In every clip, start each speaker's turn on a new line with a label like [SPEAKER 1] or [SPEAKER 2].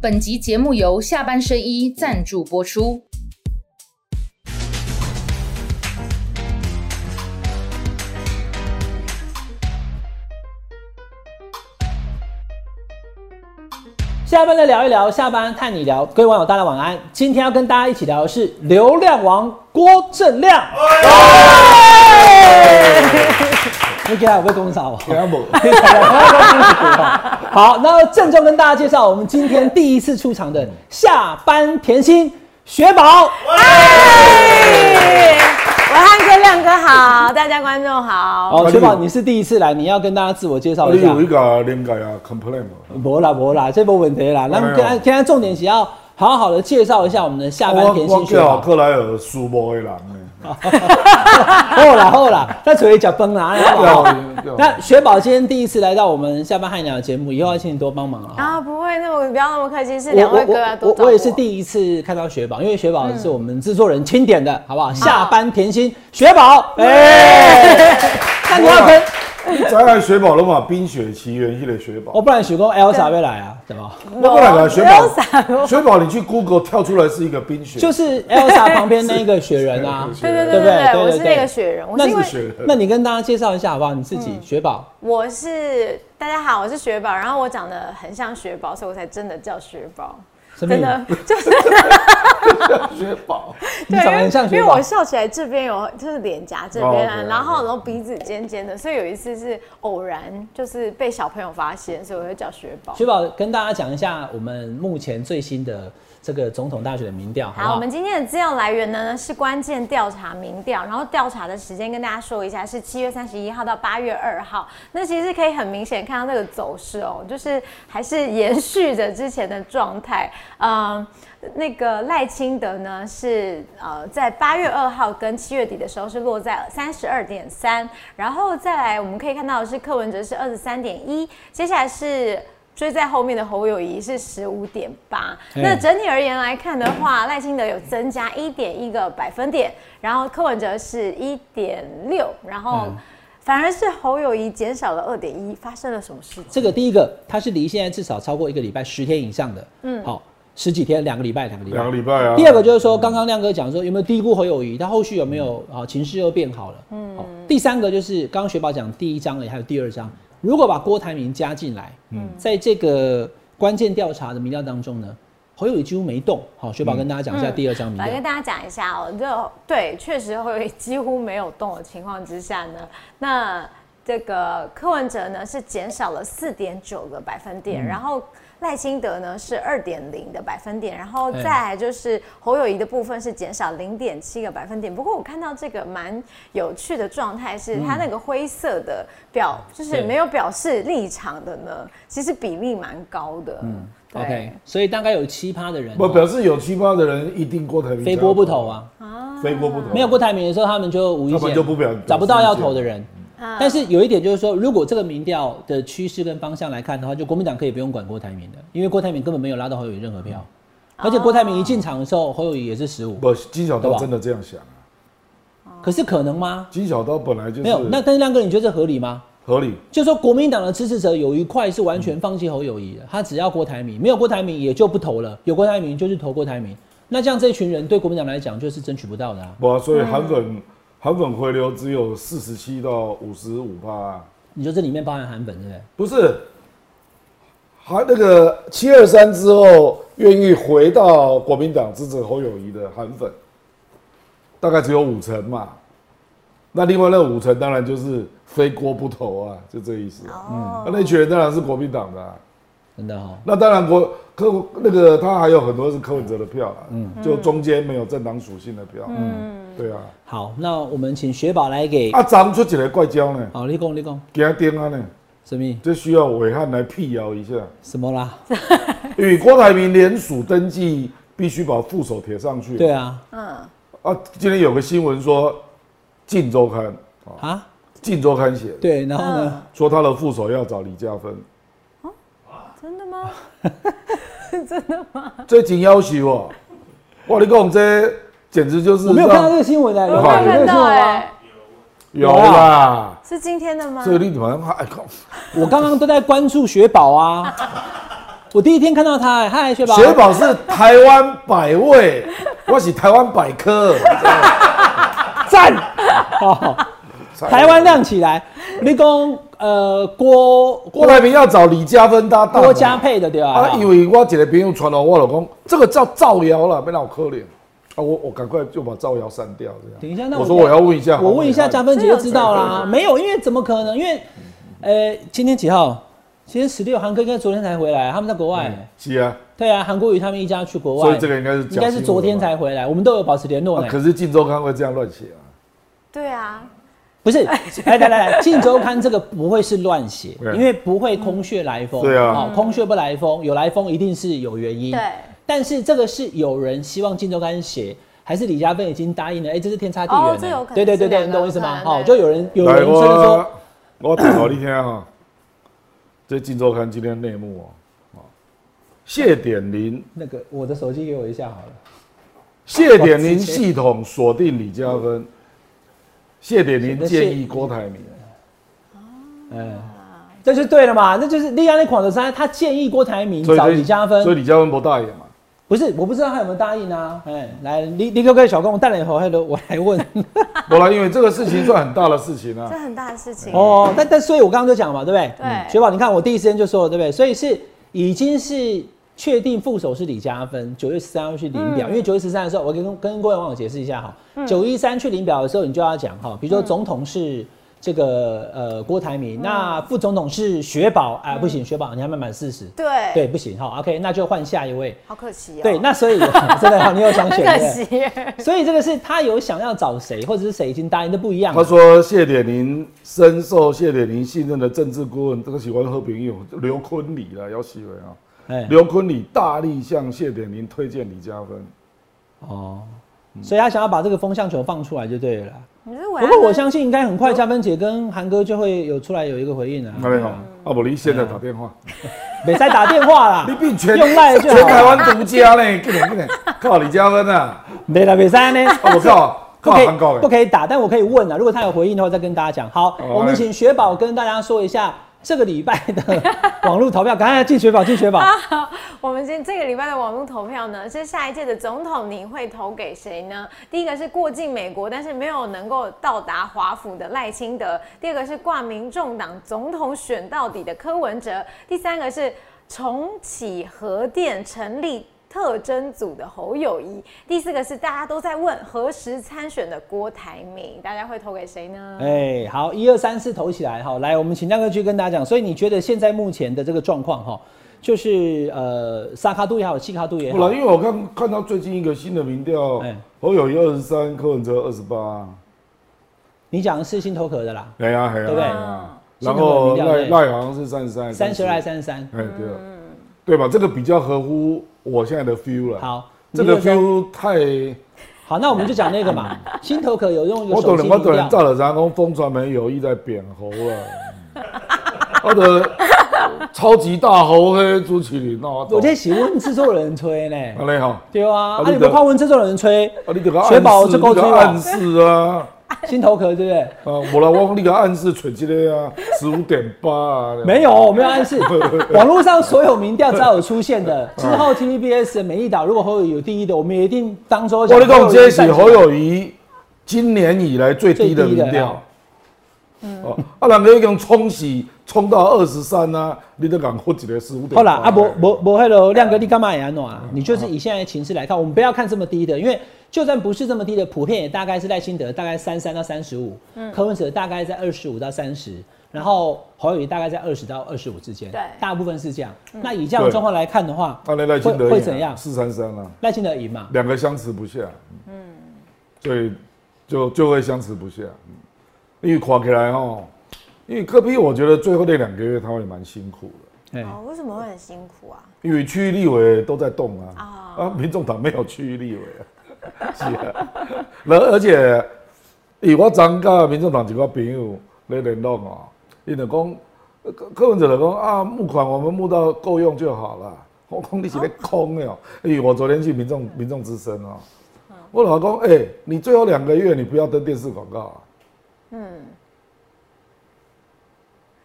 [SPEAKER 1] 本集节目由下半身衣赞助播出。
[SPEAKER 2] 下班再聊一聊，下班看你聊，各位网友大家晚安。今天要跟大家一起聊的是流量王郭正亮。哎你给他有被攻杀哦。
[SPEAKER 3] 要不，
[SPEAKER 2] 好，那郑重跟大家介绍，我们今天第一次出场的下班甜心雪宝。
[SPEAKER 4] 我汉哥、亮哥好，大家观众好。
[SPEAKER 2] 哦好，雪宝，你是第一次来，你要跟大家自我介啊绍一
[SPEAKER 3] 你
[SPEAKER 2] 下
[SPEAKER 3] 有。一个年纪啊 complain 嘛？
[SPEAKER 2] 不啦不啦，这没问题啦。那么
[SPEAKER 3] 没有
[SPEAKER 2] 今天今天重点是要好好的介绍一下我们的下班
[SPEAKER 3] 我
[SPEAKER 2] 甜
[SPEAKER 3] 我
[SPEAKER 2] 心雪
[SPEAKER 3] 叫
[SPEAKER 2] 宝。
[SPEAKER 3] 克莱尔输波的人
[SPEAKER 2] 哦
[SPEAKER 3] 呢，
[SPEAKER 2] 好啦好啦，那属于讲崩啦。好不好
[SPEAKER 3] 对啊
[SPEAKER 2] 那雪宝今天第一次来到我们下班汉鸟的节目，以后要请你多帮忙啊。
[SPEAKER 4] 啊，不会那么不要那么客气，是
[SPEAKER 2] 我
[SPEAKER 4] 两位哥啊要
[SPEAKER 2] 我
[SPEAKER 4] 多
[SPEAKER 2] 我
[SPEAKER 4] 找
[SPEAKER 2] 我也是第一次看到雪宝，因为雪宝是我们
[SPEAKER 4] 嗯
[SPEAKER 2] 制作人钦点的，好不好？下班甜
[SPEAKER 4] 哦
[SPEAKER 2] 心雪宝，
[SPEAKER 4] 嗯
[SPEAKER 2] 哎，那你要跟，
[SPEAKER 3] 咱来雪宝了嘛？《冰雪奇缘》系列雪宝
[SPEAKER 2] 我，不然许工 Elsa 会来啊，怎么？
[SPEAKER 3] 那不然啊，雪
[SPEAKER 4] 不
[SPEAKER 3] 宝，雪宝，你去 Google 跳出来是一个冰雪，
[SPEAKER 2] 就是是 Elsa 旁边那个雪人啊。
[SPEAKER 4] 对对
[SPEAKER 2] 对
[SPEAKER 4] 对
[SPEAKER 2] 不
[SPEAKER 4] 对
[SPEAKER 2] 对
[SPEAKER 4] 对
[SPEAKER 2] 对
[SPEAKER 4] 我是
[SPEAKER 2] 对对
[SPEAKER 4] 那个雪人，我
[SPEAKER 2] 那
[SPEAKER 4] 是
[SPEAKER 2] 你
[SPEAKER 4] 因为嗯
[SPEAKER 3] 雪人
[SPEAKER 2] 那你跟大家介绍一下好不好？你自己雪宝，
[SPEAKER 4] 我是大家好，我是雪宝，然后我长得很像雪宝，所以我才真的叫雪宝。
[SPEAKER 2] 什么意
[SPEAKER 4] 真
[SPEAKER 2] 思
[SPEAKER 4] 的 就是
[SPEAKER 3] 雪宝，
[SPEAKER 2] 你长得很像
[SPEAKER 4] 因为
[SPEAKER 2] 雪
[SPEAKER 4] 啊因为
[SPEAKER 2] 宝
[SPEAKER 4] 我。笑起来这边有就是脸颊这边
[SPEAKER 3] 哦
[SPEAKER 4] 啊
[SPEAKER 3] ，OK，OK
[SPEAKER 4] 然后然后鼻子尖尖的，所以有一次是偶然就是被小朋友发现，所以我就叫雪宝。
[SPEAKER 2] 雪宝跟大家讲一下我们目前最新的这个总统大选的民调，好不
[SPEAKER 4] 好，我
[SPEAKER 2] 好
[SPEAKER 4] 们？今天的资料来源呢是关键调查民调，然后调查的时间跟大家说一下，是七月三十一号到八月二号。那其实可以很明显看到这个走势哦，就是还是延续着之前的状态。嗯，那个赖清德呢是呃在八月二号跟七月底的时候是落在三十二点三，然后再来我们可以看到的是柯文哲是二十三点一，接下来是。追在后面的侯友谊是十五点八，
[SPEAKER 2] 嗯
[SPEAKER 4] 那整体而言来看的话，赖清德有增加一点一个百分点，然后柯文哲是一点六，然后
[SPEAKER 2] 嗯
[SPEAKER 4] 反而是侯友谊减少了二点一，发生了什么事情？
[SPEAKER 2] 这个第一个，它是离现在至少超过一个礼拜十天以上的，嗯，好，十几天，两个礼拜，两个礼拜，
[SPEAKER 3] 两个礼拜啊。
[SPEAKER 2] 第二个就是说，刚刚亮哥讲说有没有低估侯友谊，他后续有没有
[SPEAKER 3] 嗯
[SPEAKER 2] 啊情势又变好了？嗯、第三个就是刚刚雪宝讲第一章而已，还有第二章，如果把郭台铭加进来，嗯，在这个关键调查的民调当中呢，侯友谊几乎没动。好，
[SPEAKER 3] 嗯
[SPEAKER 2] 雪宝跟大家讲一下第二章民调
[SPEAKER 4] 来。跟大家讲一下哦，就对，确实会几乎没有动的情况之下呢， 那这个柯文哲呢是减少了四点九个百分
[SPEAKER 2] 嗯
[SPEAKER 4] 点，然后赖清德呢是二点零的百分点，然后
[SPEAKER 2] 对
[SPEAKER 4] 再来就是侯友谊的部分是减少零点七个百分点。不过我看到这个蛮有趣的状态是，它那个灰色的表就
[SPEAKER 2] 嗯
[SPEAKER 4] 是
[SPEAKER 2] 对
[SPEAKER 4] 没有表示立场的呢，其实比例蛮高的。嗯
[SPEAKER 2] OK，所以大概有七趴的人
[SPEAKER 3] 不表示有奇葩的人一定郭台 铭
[SPEAKER 2] 非锅不投，啊，
[SPEAKER 3] 非锅不投，
[SPEAKER 2] 没有郭台铭的时候，他们就无意
[SPEAKER 3] 他
[SPEAKER 2] 见，
[SPEAKER 3] 们就不表
[SPEAKER 2] 找不到要投的人。
[SPEAKER 4] 啊
[SPEAKER 2] 但是有一点就是说，如果这个民调的趋势跟方向来看的话，就国民党可以不用管郭台铭的，因为郭台铭根本没有拉到侯友宜任何票，而且郭台铭一进场的时候，侯友宜也是十五，
[SPEAKER 3] 不，金小刀真的这样想啊？
[SPEAKER 2] 可是可能吗？
[SPEAKER 3] 金小刀本来就是
[SPEAKER 2] 没有。那但是亮哥，你觉得这合理吗？
[SPEAKER 3] 合理，
[SPEAKER 2] 就说国民党的支持者有一块是完全放弃侯友谊的，他只要郭台铭，没有郭台铭也就不投了，有郭台铭就是投郭台铭。那这样这一群人对国民党来讲就是争取不到的啊，
[SPEAKER 3] 不啊，所以韩粉韩粉回流只有四十七到五十五趴。啊
[SPEAKER 2] 你说这里面包含韩粉对不对？
[SPEAKER 3] 不是，还那个七二三之后愿意回到国民党支持侯友谊的韩粉，大概只有五成嘛。那另外那五成当然就是非锅不投啊，就这意思。嗯，那那群人当然是国民党的啊、
[SPEAKER 2] 真的哦哈、
[SPEAKER 3] 那当然国柯那个他还有很多是柯文哲的票啊，嗯，就中间没有政党属性的票，嗯，对啊。
[SPEAKER 2] 好，那我们请雪宝来给，
[SPEAKER 3] 啊，咱们出几个怪招呢，
[SPEAKER 2] 好，立功立功，
[SPEAKER 3] 给他颠啊呢，
[SPEAKER 2] 什么
[SPEAKER 3] 这需要伟汉来辟谣一下。
[SPEAKER 2] 什么啦？
[SPEAKER 3] 与郭台铭联署登记，必须把副手贴上去。
[SPEAKER 2] 对啊，
[SPEAKER 3] 啊，今天有个新闻说，《晋周刊》啊，《
[SPEAKER 2] 啊，
[SPEAKER 3] 晋周刊》写的
[SPEAKER 2] 对，然后呢？
[SPEAKER 4] 嗯
[SPEAKER 3] 说他的副手要找李嘉芬，
[SPEAKER 4] 真的吗？
[SPEAKER 2] 啊
[SPEAKER 3] 这真要挟我，哇！你讲这简直就是
[SPEAKER 2] 我没有看到这
[SPEAKER 3] 让
[SPEAKER 2] 个新闻哎，
[SPEAKER 4] 我
[SPEAKER 2] 有
[SPEAKER 4] 没
[SPEAKER 2] 看有
[SPEAKER 4] 有
[SPEAKER 2] 这
[SPEAKER 4] 看
[SPEAKER 2] 个新
[SPEAKER 4] 到
[SPEAKER 2] 闻
[SPEAKER 4] 哎、
[SPEAKER 2] 吗？
[SPEAKER 3] 有啦，
[SPEAKER 4] 是今天的吗？
[SPEAKER 3] 所以你怎么还哎靠
[SPEAKER 2] 我刚刚都在关注雪宝啊，我第一天看到他、哎嗨，薛宝，
[SPEAKER 3] 雪宝是台湾百味，我是台湾百科，
[SPEAKER 2] 赞， 哦，台湾亮起来。你讲呃郭
[SPEAKER 3] 郭台铭要找李嘉芬搭档啊，
[SPEAKER 2] 郭嘉佩的对吧？
[SPEAKER 3] 啊，因为我一个朋友传了我老公，这个叫造谣了，被老可怜啊！我我赶快就把造谣删掉，这样。
[SPEAKER 2] 等一下那我
[SPEAKER 3] 我说我要问一下，
[SPEAKER 2] 我问一下嘉
[SPEAKER 3] 张，
[SPEAKER 2] 芬姐就知道
[SPEAKER 4] 啊
[SPEAKER 2] 啦。没有，因为怎么可能？因为呃，今天几号？今天十六，韩哥应该昨天才回来，他们在国外。
[SPEAKER 3] 是啊，
[SPEAKER 2] 对啊，韩国瑜他们一家去国外，
[SPEAKER 3] 所以这个应该是
[SPEAKER 2] 应该是昨天才回来，我们都有保持联络
[SPEAKER 3] 啊
[SPEAKER 2] 呢。
[SPEAKER 3] 可是《晋周刊》会这样乱写啊？
[SPEAKER 4] 对啊，
[SPEAKER 2] 不是，来来来来，《镜周刊》这个不会是乱写，
[SPEAKER 3] 对
[SPEAKER 2] 因为不会空穴来风。
[SPEAKER 3] 对啊
[SPEAKER 2] 好空穴不来风，有来风一定是有原因。
[SPEAKER 4] 对
[SPEAKER 2] 但是这个是有人希望《镜周刊》写。还是李嘉芬已经答应了，哎、这是天差地远、
[SPEAKER 4] 哦这有可能
[SPEAKER 2] 对对对
[SPEAKER 4] 这
[SPEAKER 2] 对，
[SPEAKER 4] 两
[SPEAKER 2] 你
[SPEAKER 4] 个
[SPEAKER 2] 懂我意思
[SPEAKER 4] 有
[SPEAKER 2] 吗？
[SPEAKER 4] 可能
[SPEAKER 2] 好、
[SPEAKER 4] 对
[SPEAKER 2] 就有人有
[SPEAKER 3] 来
[SPEAKER 2] 人真的说
[SPEAKER 3] 我，我讲给你听哈，这《晋周刊》今天内幕哦，谢点林
[SPEAKER 2] 那个我的手机给我一下好了。
[SPEAKER 3] 谢点林系统锁定李嘉芬，谢点林建议郭台铭，
[SPEAKER 4] 啊
[SPEAKER 2] 嗯，这就对了嘛，那就是利亚那款的山，他建议郭台铭找
[SPEAKER 3] 这
[SPEAKER 2] 李嘉
[SPEAKER 3] 所以
[SPEAKER 2] 芬，
[SPEAKER 3] 李嘉芬不大眼嘛。
[SPEAKER 2] 不是，我不知道他有没有答应啊。哎，来，你你给我个小工，我带了以后，我来 问。
[SPEAKER 3] 不啦，因为这个事情算很大的事情
[SPEAKER 4] 这
[SPEAKER 3] 啊。
[SPEAKER 4] 很大的事情。
[SPEAKER 2] 哦，但但所以，我刚刚就讲嘛，对不对？
[SPEAKER 4] 对
[SPEAKER 2] 雪宝，你看我第一时间就说了，对不对？所以是已经是确定副手是李嘉芬，九月十三号去领
[SPEAKER 4] 嗯
[SPEAKER 2] 表，因为九月十三的时候，我跟跟各位网友解释一下哈，九一三去领表的时候，你就要讲哈，比如说总统是。这个呃，郭台
[SPEAKER 4] 嗯
[SPEAKER 2] 铭，那副总统是雪宝，啊，不行，雪宝你还没满四十，
[SPEAKER 4] 对
[SPEAKER 2] 对，不行哈，OK，那就换下一位，
[SPEAKER 4] 好可惜哦。
[SPEAKER 2] 对， 那所以 真的哈，你有想
[SPEAKER 4] 很
[SPEAKER 2] 选
[SPEAKER 4] 可
[SPEAKER 2] 对，
[SPEAKER 4] 惜。
[SPEAKER 2] 所以这个是他有想要找谁，或者是谁已经答应，这不一样嘛。
[SPEAKER 3] 他说谢点林深受谢点林信任的政治顾问，这个喜欢喝朋友刘坤礼啦，要死人啊！
[SPEAKER 2] 哎
[SPEAKER 3] 刘坤礼大力向谢点林推荐李嘉芬，
[SPEAKER 2] 哦，所以他想要把这个风向球放出来就对了啦。
[SPEAKER 4] 你是
[SPEAKER 2] 不过我相信应该很快，嘉芬姐跟韩哥就会有出来有一个回应 啊。
[SPEAKER 3] 那边哦，阿伯你现在打电话，
[SPEAKER 2] 没在打电话啦，
[SPEAKER 3] 你并全
[SPEAKER 2] 嗯用赖就
[SPEAKER 3] 全台
[SPEAKER 2] 好。
[SPEAKER 3] 湾独家呢， 快点快点，靠李嘉芬啊！
[SPEAKER 2] 没了，没在 呢。
[SPEAKER 3] 啊我靠，
[SPEAKER 2] 不
[SPEAKER 3] 靠
[SPEAKER 2] 可以
[SPEAKER 3] 韩告
[SPEAKER 2] 不
[SPEAKER 3] 哎，
[SPEAKER 2] 可以打，但我可以问啊。如果他有回应的话，再跟大家讲。好，
[SPEAKER 3] 好
[SPEAKER 2] 我们请雪宝跟大家说一下这个礼拜的 网络投票，赶快进雪宝，进雪宝。
[SPEAKER 4] 我们今这个礼拜的网络投票呢，是下一届的总统你会投给谁呢？第一个是过境美国，但是没有能够到达华府的赖清德；第二个是挂民众党总统选到底的柯文哲；第三个是重启核电成立。特征组的侯友谊，第四个是大家都在问何时参选的郭台铭，大家会投给谁呢？
[SPEAKER 2] 哎，好，一二三四投起来哈。来，我们请亮哥去跟大家讲。所以你觉得现在目前的这个状况哈，就是呃，萨卡度也好，西卡度也
[SPEAKER 3] 不
[SPEAKER 2] 好
[SPEAKER 3] 然，因为我看看到最近一个新的民调
[SPEAKER 2] 哎，
[SPEAKER 3] 侯友谊二十三，柯文哲二十八，
[SPEAKER 2] 你讲的是心头壳的啦。
[SPEAKER 3] 哎呀哎呀，
[SPEAKER 2] 对不对
[SPEAKER 3] 哎呀
[SPEAKER 2] 新的
[SPEAKER 3] 然后
[SPEAKER 2] 民调
[SPEAKER 3] 赖
[SPEAKER 2] 对
[SPEAKER 3] 赖好像是三十三，
[SPEAKER 2] 三十二、三十三。
[SPEAKER 3] 哎，对啊，对吧？这个比较合乎我现在的 feel 了。，
[SPEAKER 2] 好，
[SPEAKER 3] 这
[SPEAKER 2] 你就
[SPEAKER 3] 个
[SPEAKER 2] 说
[SPEAKER 3] feel 太，
[SPEAKER 2] 好，那我们就讲那个嘛，心头壳有用一个
[SPEAKER 3] 我
[SPEAKER 2] 手
[SPEAKER 3] 懂
[SPEAKER 2] 机
[SPEAKER 3] 了，我
[SPEAKER 2] 民
[SPEAKER 3] 懂了，
[SPEAKER 2] 调，
[SPEAKER 3] 照了然后风传媒有意在扁猴了，嗯我的超级大猴黑朱启林哦，
[SPEAKER 2] 我在喜问制作人吹呢。
[SPEAKER 3] 阿嘞哈，
[SPEAKER 2] 对啊，
[SPEAKER 3] 啊
[SPEAKER 2] 啊，
[SPEAKER 3] 你
[SPEAKER 2] 你不
[SPEAKER 3] 的
[SPEAKER 2] 怕问制作人 吹
[SPEAKER 3] 啊你给个
[SPEAKER 2] 雪宝
[SPEAKER 3] 暗示，
[SPEAKER 2] 这够
[SPEAKER 3] 你给
[SPEAKER 2] 吹
[SPEAKER 3] 他
[SPEAKER 2] 吧
[SPEAKER 3] 暗示啊，
[SPEAKER 2] 心头壳，对不对？
[SPEAKER 3] 啊，我来我你给他暗示蠢起来啊，十五点八啊，
[SPEAKER 2] 没有，没有暗示。网络上所有民调只要有出现 的，之后 TVBS 的美丽岛如果侯友有第一的，我们也一定当做
[SPEAKER 3] 我跟你讲，这
[SPEAKER 2] 是
[SPEAKER 3] 是侯友谊今年以来最低的民
[SPEAKER 2] 最低的嗯啊
[SPEAKER 3] 调。哦，啊，人家已经冲洗冲到二十三啊，你都敢获一个十五点？
[SPEAKER 2] 后来啊，不不不，h e l 亮哥，你干嘛也安暖啊？你就是以现在的情势来看，我们不要看这么低的，因为就算不是这么低的，普遍也大概是赖清德大概三三到三十五，
[SPEAKER 4] 嗯
[SPEAKER 2] 柯文哲大概在二十五到三十，然后侯友谊大概在二十到二十五之间，
[SPEAKER 4] 对嗯
[SPEAKER 2] 大部分是这样。那以这样的状况来看的话，
[SPEAKER 3] 啊，那赖清德
[SPEAKER 2] 会会怎样？
[SPEAKER 3] 四三三啊，
[SPEAKER 2] 赖清德赢嘛？
[SPEAKER 3] 两个相持不下。嗯，所以就就会相持不下。嗯因为垮起来哦，因为科比，我觉得最后那两个月他会蛮辛苦的，
[SPEAKER 2] 哎，
[SPEAKER 4] 哦，为什么会很辛苦啊？
[SPEAKER 3] 因为区域立委都在动啊，啊，民众党没有区域立委啊，是啊，然后而且。以我昨甲民众党一个朋友咧联络哦，伊就讲，呃柯柯文哲就讲啊，募款我们募到够用就好了。我讲你是咧空的哦，因为我昨天去民众民众之声哦，我老公哎、你最后两个月你不要登电视广告啊。嗯。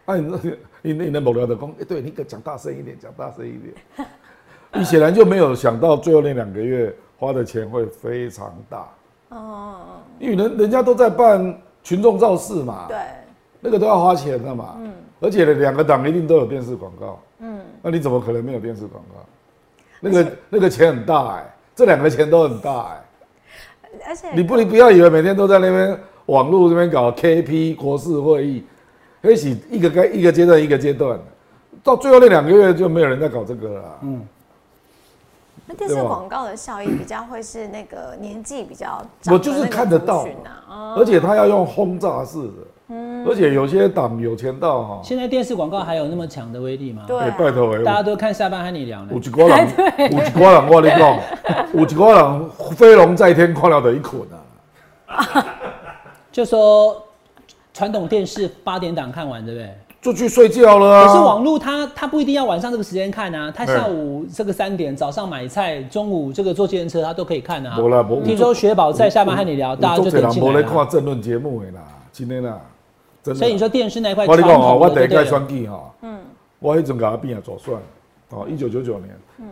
[SPEAKER 3] 啊，你你那你那某聊的工，哎，对你可讲大声一点，讲大声一点。你显然就没有想到最后那两个月花的钱会非常大，
[SPEAKER 4] 哦，
[SPEAKER 3] 因为人人家都在办群众造势嘛，
[SPEAKER 4] 对，嗯
[SPEAKER 3] 那个都要花钱的嘛，而且两个党一定都有电视广告，嗯，那你怎么可能没有电视广告？那个那个钱很大哎、这两个钱都很大哎、
[SPEAKER 4] 而且
[SPEAKER 3] 你不你不要以为每天都在那边网络这边搞 KP 国事会议，一起一个该一个阶段一个阶段，到最后那两个月就没有人在搞这个了啊啦。
[SPEAKER 4] 那电视
[SPEAKER 3] 对吧
[SPEAKER 4] 广告的效益比较会是那个年纪比较长的
[SPEAKER 3] 我就
[SPEAKER 4] 那个族群啊，
[SPEAKER 3] 是看得到
[SPEAKER 4] 哦
[SPEAKER 3] 而且他要用轰炸式的，
[SPEAKER 2] 嗯
[SPEAKER 3] 而且有些党有钱到哈、
[SPEAKER 2] 现在电视广告还有那么强的威力吗？
[SPEAKER 4] 对
[SPEAKER 3] 哎
[SPEAKER 4] 啊，
[SPEAKER 3] 拜托哎、
[SPEAKER 2] 大家都看下班和你聊呢
[SPEAKER 3] 有。一 个人，有一个人我跟你讲，有一个人飞龙在天，看了就一困啊。
[SPEAKER 2] 就说传统电视八点档看完，对不对？
[SPEAKER 3] 就去睡觉了啊！
[SPEAKER 2] 可是网络它它不一定要晚上这个时间看啊，它
[SPEAKER 3] 对
[SPEAKER 2] 下午这个三点，早上买菜，中午这个坐计程车它都可以看啊
[SPEAKER 3] 没嗯啦没。
[SPEAKER 2] 听说雪宝在下班和你聊，大家就
[SPEAKER 3] 有
[SPEAKER 2] 点
[SPEAKER 3] 很
[SPEAKER 2] 进
[SPEAKER 3] 多
[SPEAKER 2] 来
[SPEAKER 3] 人没在
[SPEAKER 2] 了。
[SPEAKER 3] 看政论节目的啦，真的啦，真的啦。
[SPEAKER 2] 所以你说电视那一块
[SPEAKER 3] 我
[SPEAKER 2] 传统的
[SPEAKER 3] 跟你讲吼，哦我
[SPEAKER 2] 就
[SPEAKER 3] 第
[SPEAKER 2] 对
[SPEAKER 3] 一
[SPEAKER 2] 嗯
[SPEAKER 3] 届
[SPEAKER 2] 了
[SPEAKER 3] 选举吼，我迄阵甲我变啊左选，哦，一九九九年，
[SPEAKER 2] 嗯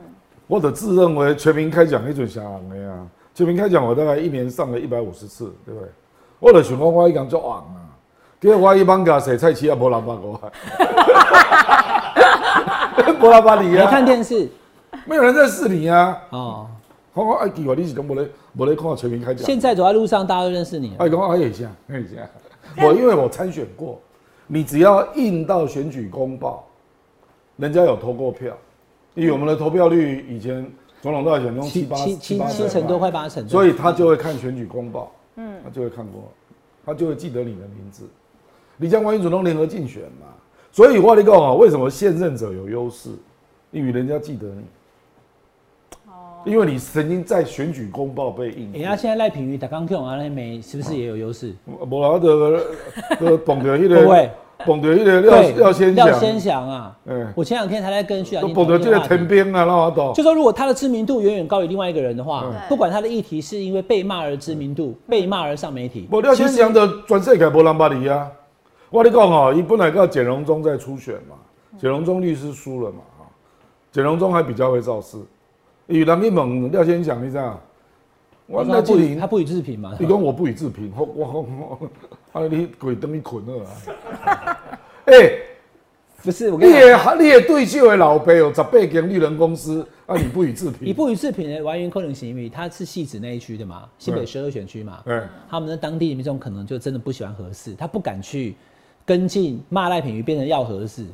[SPEAKER 3] 我就自认为全民开讲迄阵啥人的啊，全民开讲我大概一年上了一百五十次，对不对？我就想讲我已经足红啊，结果我一帮甲洗菜市也无人捌我， 无人捌你
[SPEAKER 2] 你看
[SPEAKER 3] 啊，
[SPEAKER 2] 电视
[SPEAKER 3] 没有人认识你啊，
[SPEAKER 2] 哦，
[SPEAKER 3] 我讲哎奇怪，你是讲无咧无咧看全民开讲
[SPEAKER 2] 现？在走在路上大家都认识你了。
[SPEAKER 3] 啊哎，讲哎一下，哎一下，
[SPEAKER 2] 啊
[SPEAKER 3] 我因为我参选过，你只要印到选举公报，人家有投过票，因为我们的投票率以前总统大选中七
[SPEAKER 2] 七
[SPEAKER 3] 八
[SPEAKER 2] 七七
[SPEAKER 3] 八
[SPEAKER 2] 七成多，快八成，
[SPEAKER 3] 所以他就会看选举公报，嗯，他就会看过，他就会记得你的名字。你将关于主动联合竞选嘛，所以我跟你讲啊，为什么现任者有优势？因为人家记得你，哦，因为你曾经在选举公报被印过
[SPEAKER 2] 人。家哎现在赖品妤打钢 Q 啊，那美是不是也有优势？
[SPEAKER 3] 无啦，我就就碰到迄
[SPEAKER 2] 不会
[SPEAKER 3] 个，碰到迄个廖廖先
[SPEAKER 2] 廖
[SPEAKER 3] 祥，
[SPEAKER 2] 先祥啊，
[SPEAKER 3] 嗯，
[SPEAKER 2] 我前两天才在跟徐雅
[SPEAKER 3] 都
[SPEAKER 2] 婷
[SPEAKER 3] 碰到
[SPEAKER 2] 讨
[SPEAKER 3] 这
[SPEAKER 2] 论
[SPEAKER 3] 个
[SPEAKER 2] 话题
[SPEAKER 3] 天兵啊，让我懂
[SPEAKER 2] 就。说如果他的知名度远远高于另外一个人的
[SPEAKER 3] 嗯
[SPEAKER 2] 话，
[SPEAKER 4] 对
[SPEAKER 2] 不管他的议题是因为被骂而知名度，被骂而上媒体，
[SPEAKER 3] 无嗯廖先祥的全世界无人捌你啊！我跟你讲哦，伊本来跟简荣忠在初选嘛，简荣忠律师输了嘛，啊，简荣忠还比较会造势。伊人一问廖先祥，你知道？我
[SPEAKER 2] 他
[SPEAKER 3] 那
[SPEAKER 2] 不
[SPEAKER 3] 不
[SPEAKER 2] 予
[SPEAKER 3] 灵
[SPEAKER 2] 他，不予置评嘛。
[SPEAKER 3] 伊讲我不予置评，我我我，啊你鬼等你困了啊！哎。
[SPEAKER 2] 不是我跟
[SPEAKER 3] 你
[SPEAKER 2] 你讲，
[SPEAKER 3] 的你的对手的老爸有十八间绿人公司，啊，你不予置
[SPEAKER 2] 以
[SPEAKER 3] 评。
[SPEAKER 2] 不予置评的完全可能行为，他是戏子那一区的
[SPEAKER 3] 嗯
[SPEAKER 2] 嘛，新北十二选区嘛，
[SPEAKER 3] 哎，
[SPEAKER 2] 他们的当地民众可能就真的不喜欢何氏，他不敢去跟进骂赖品妤变成要何氏，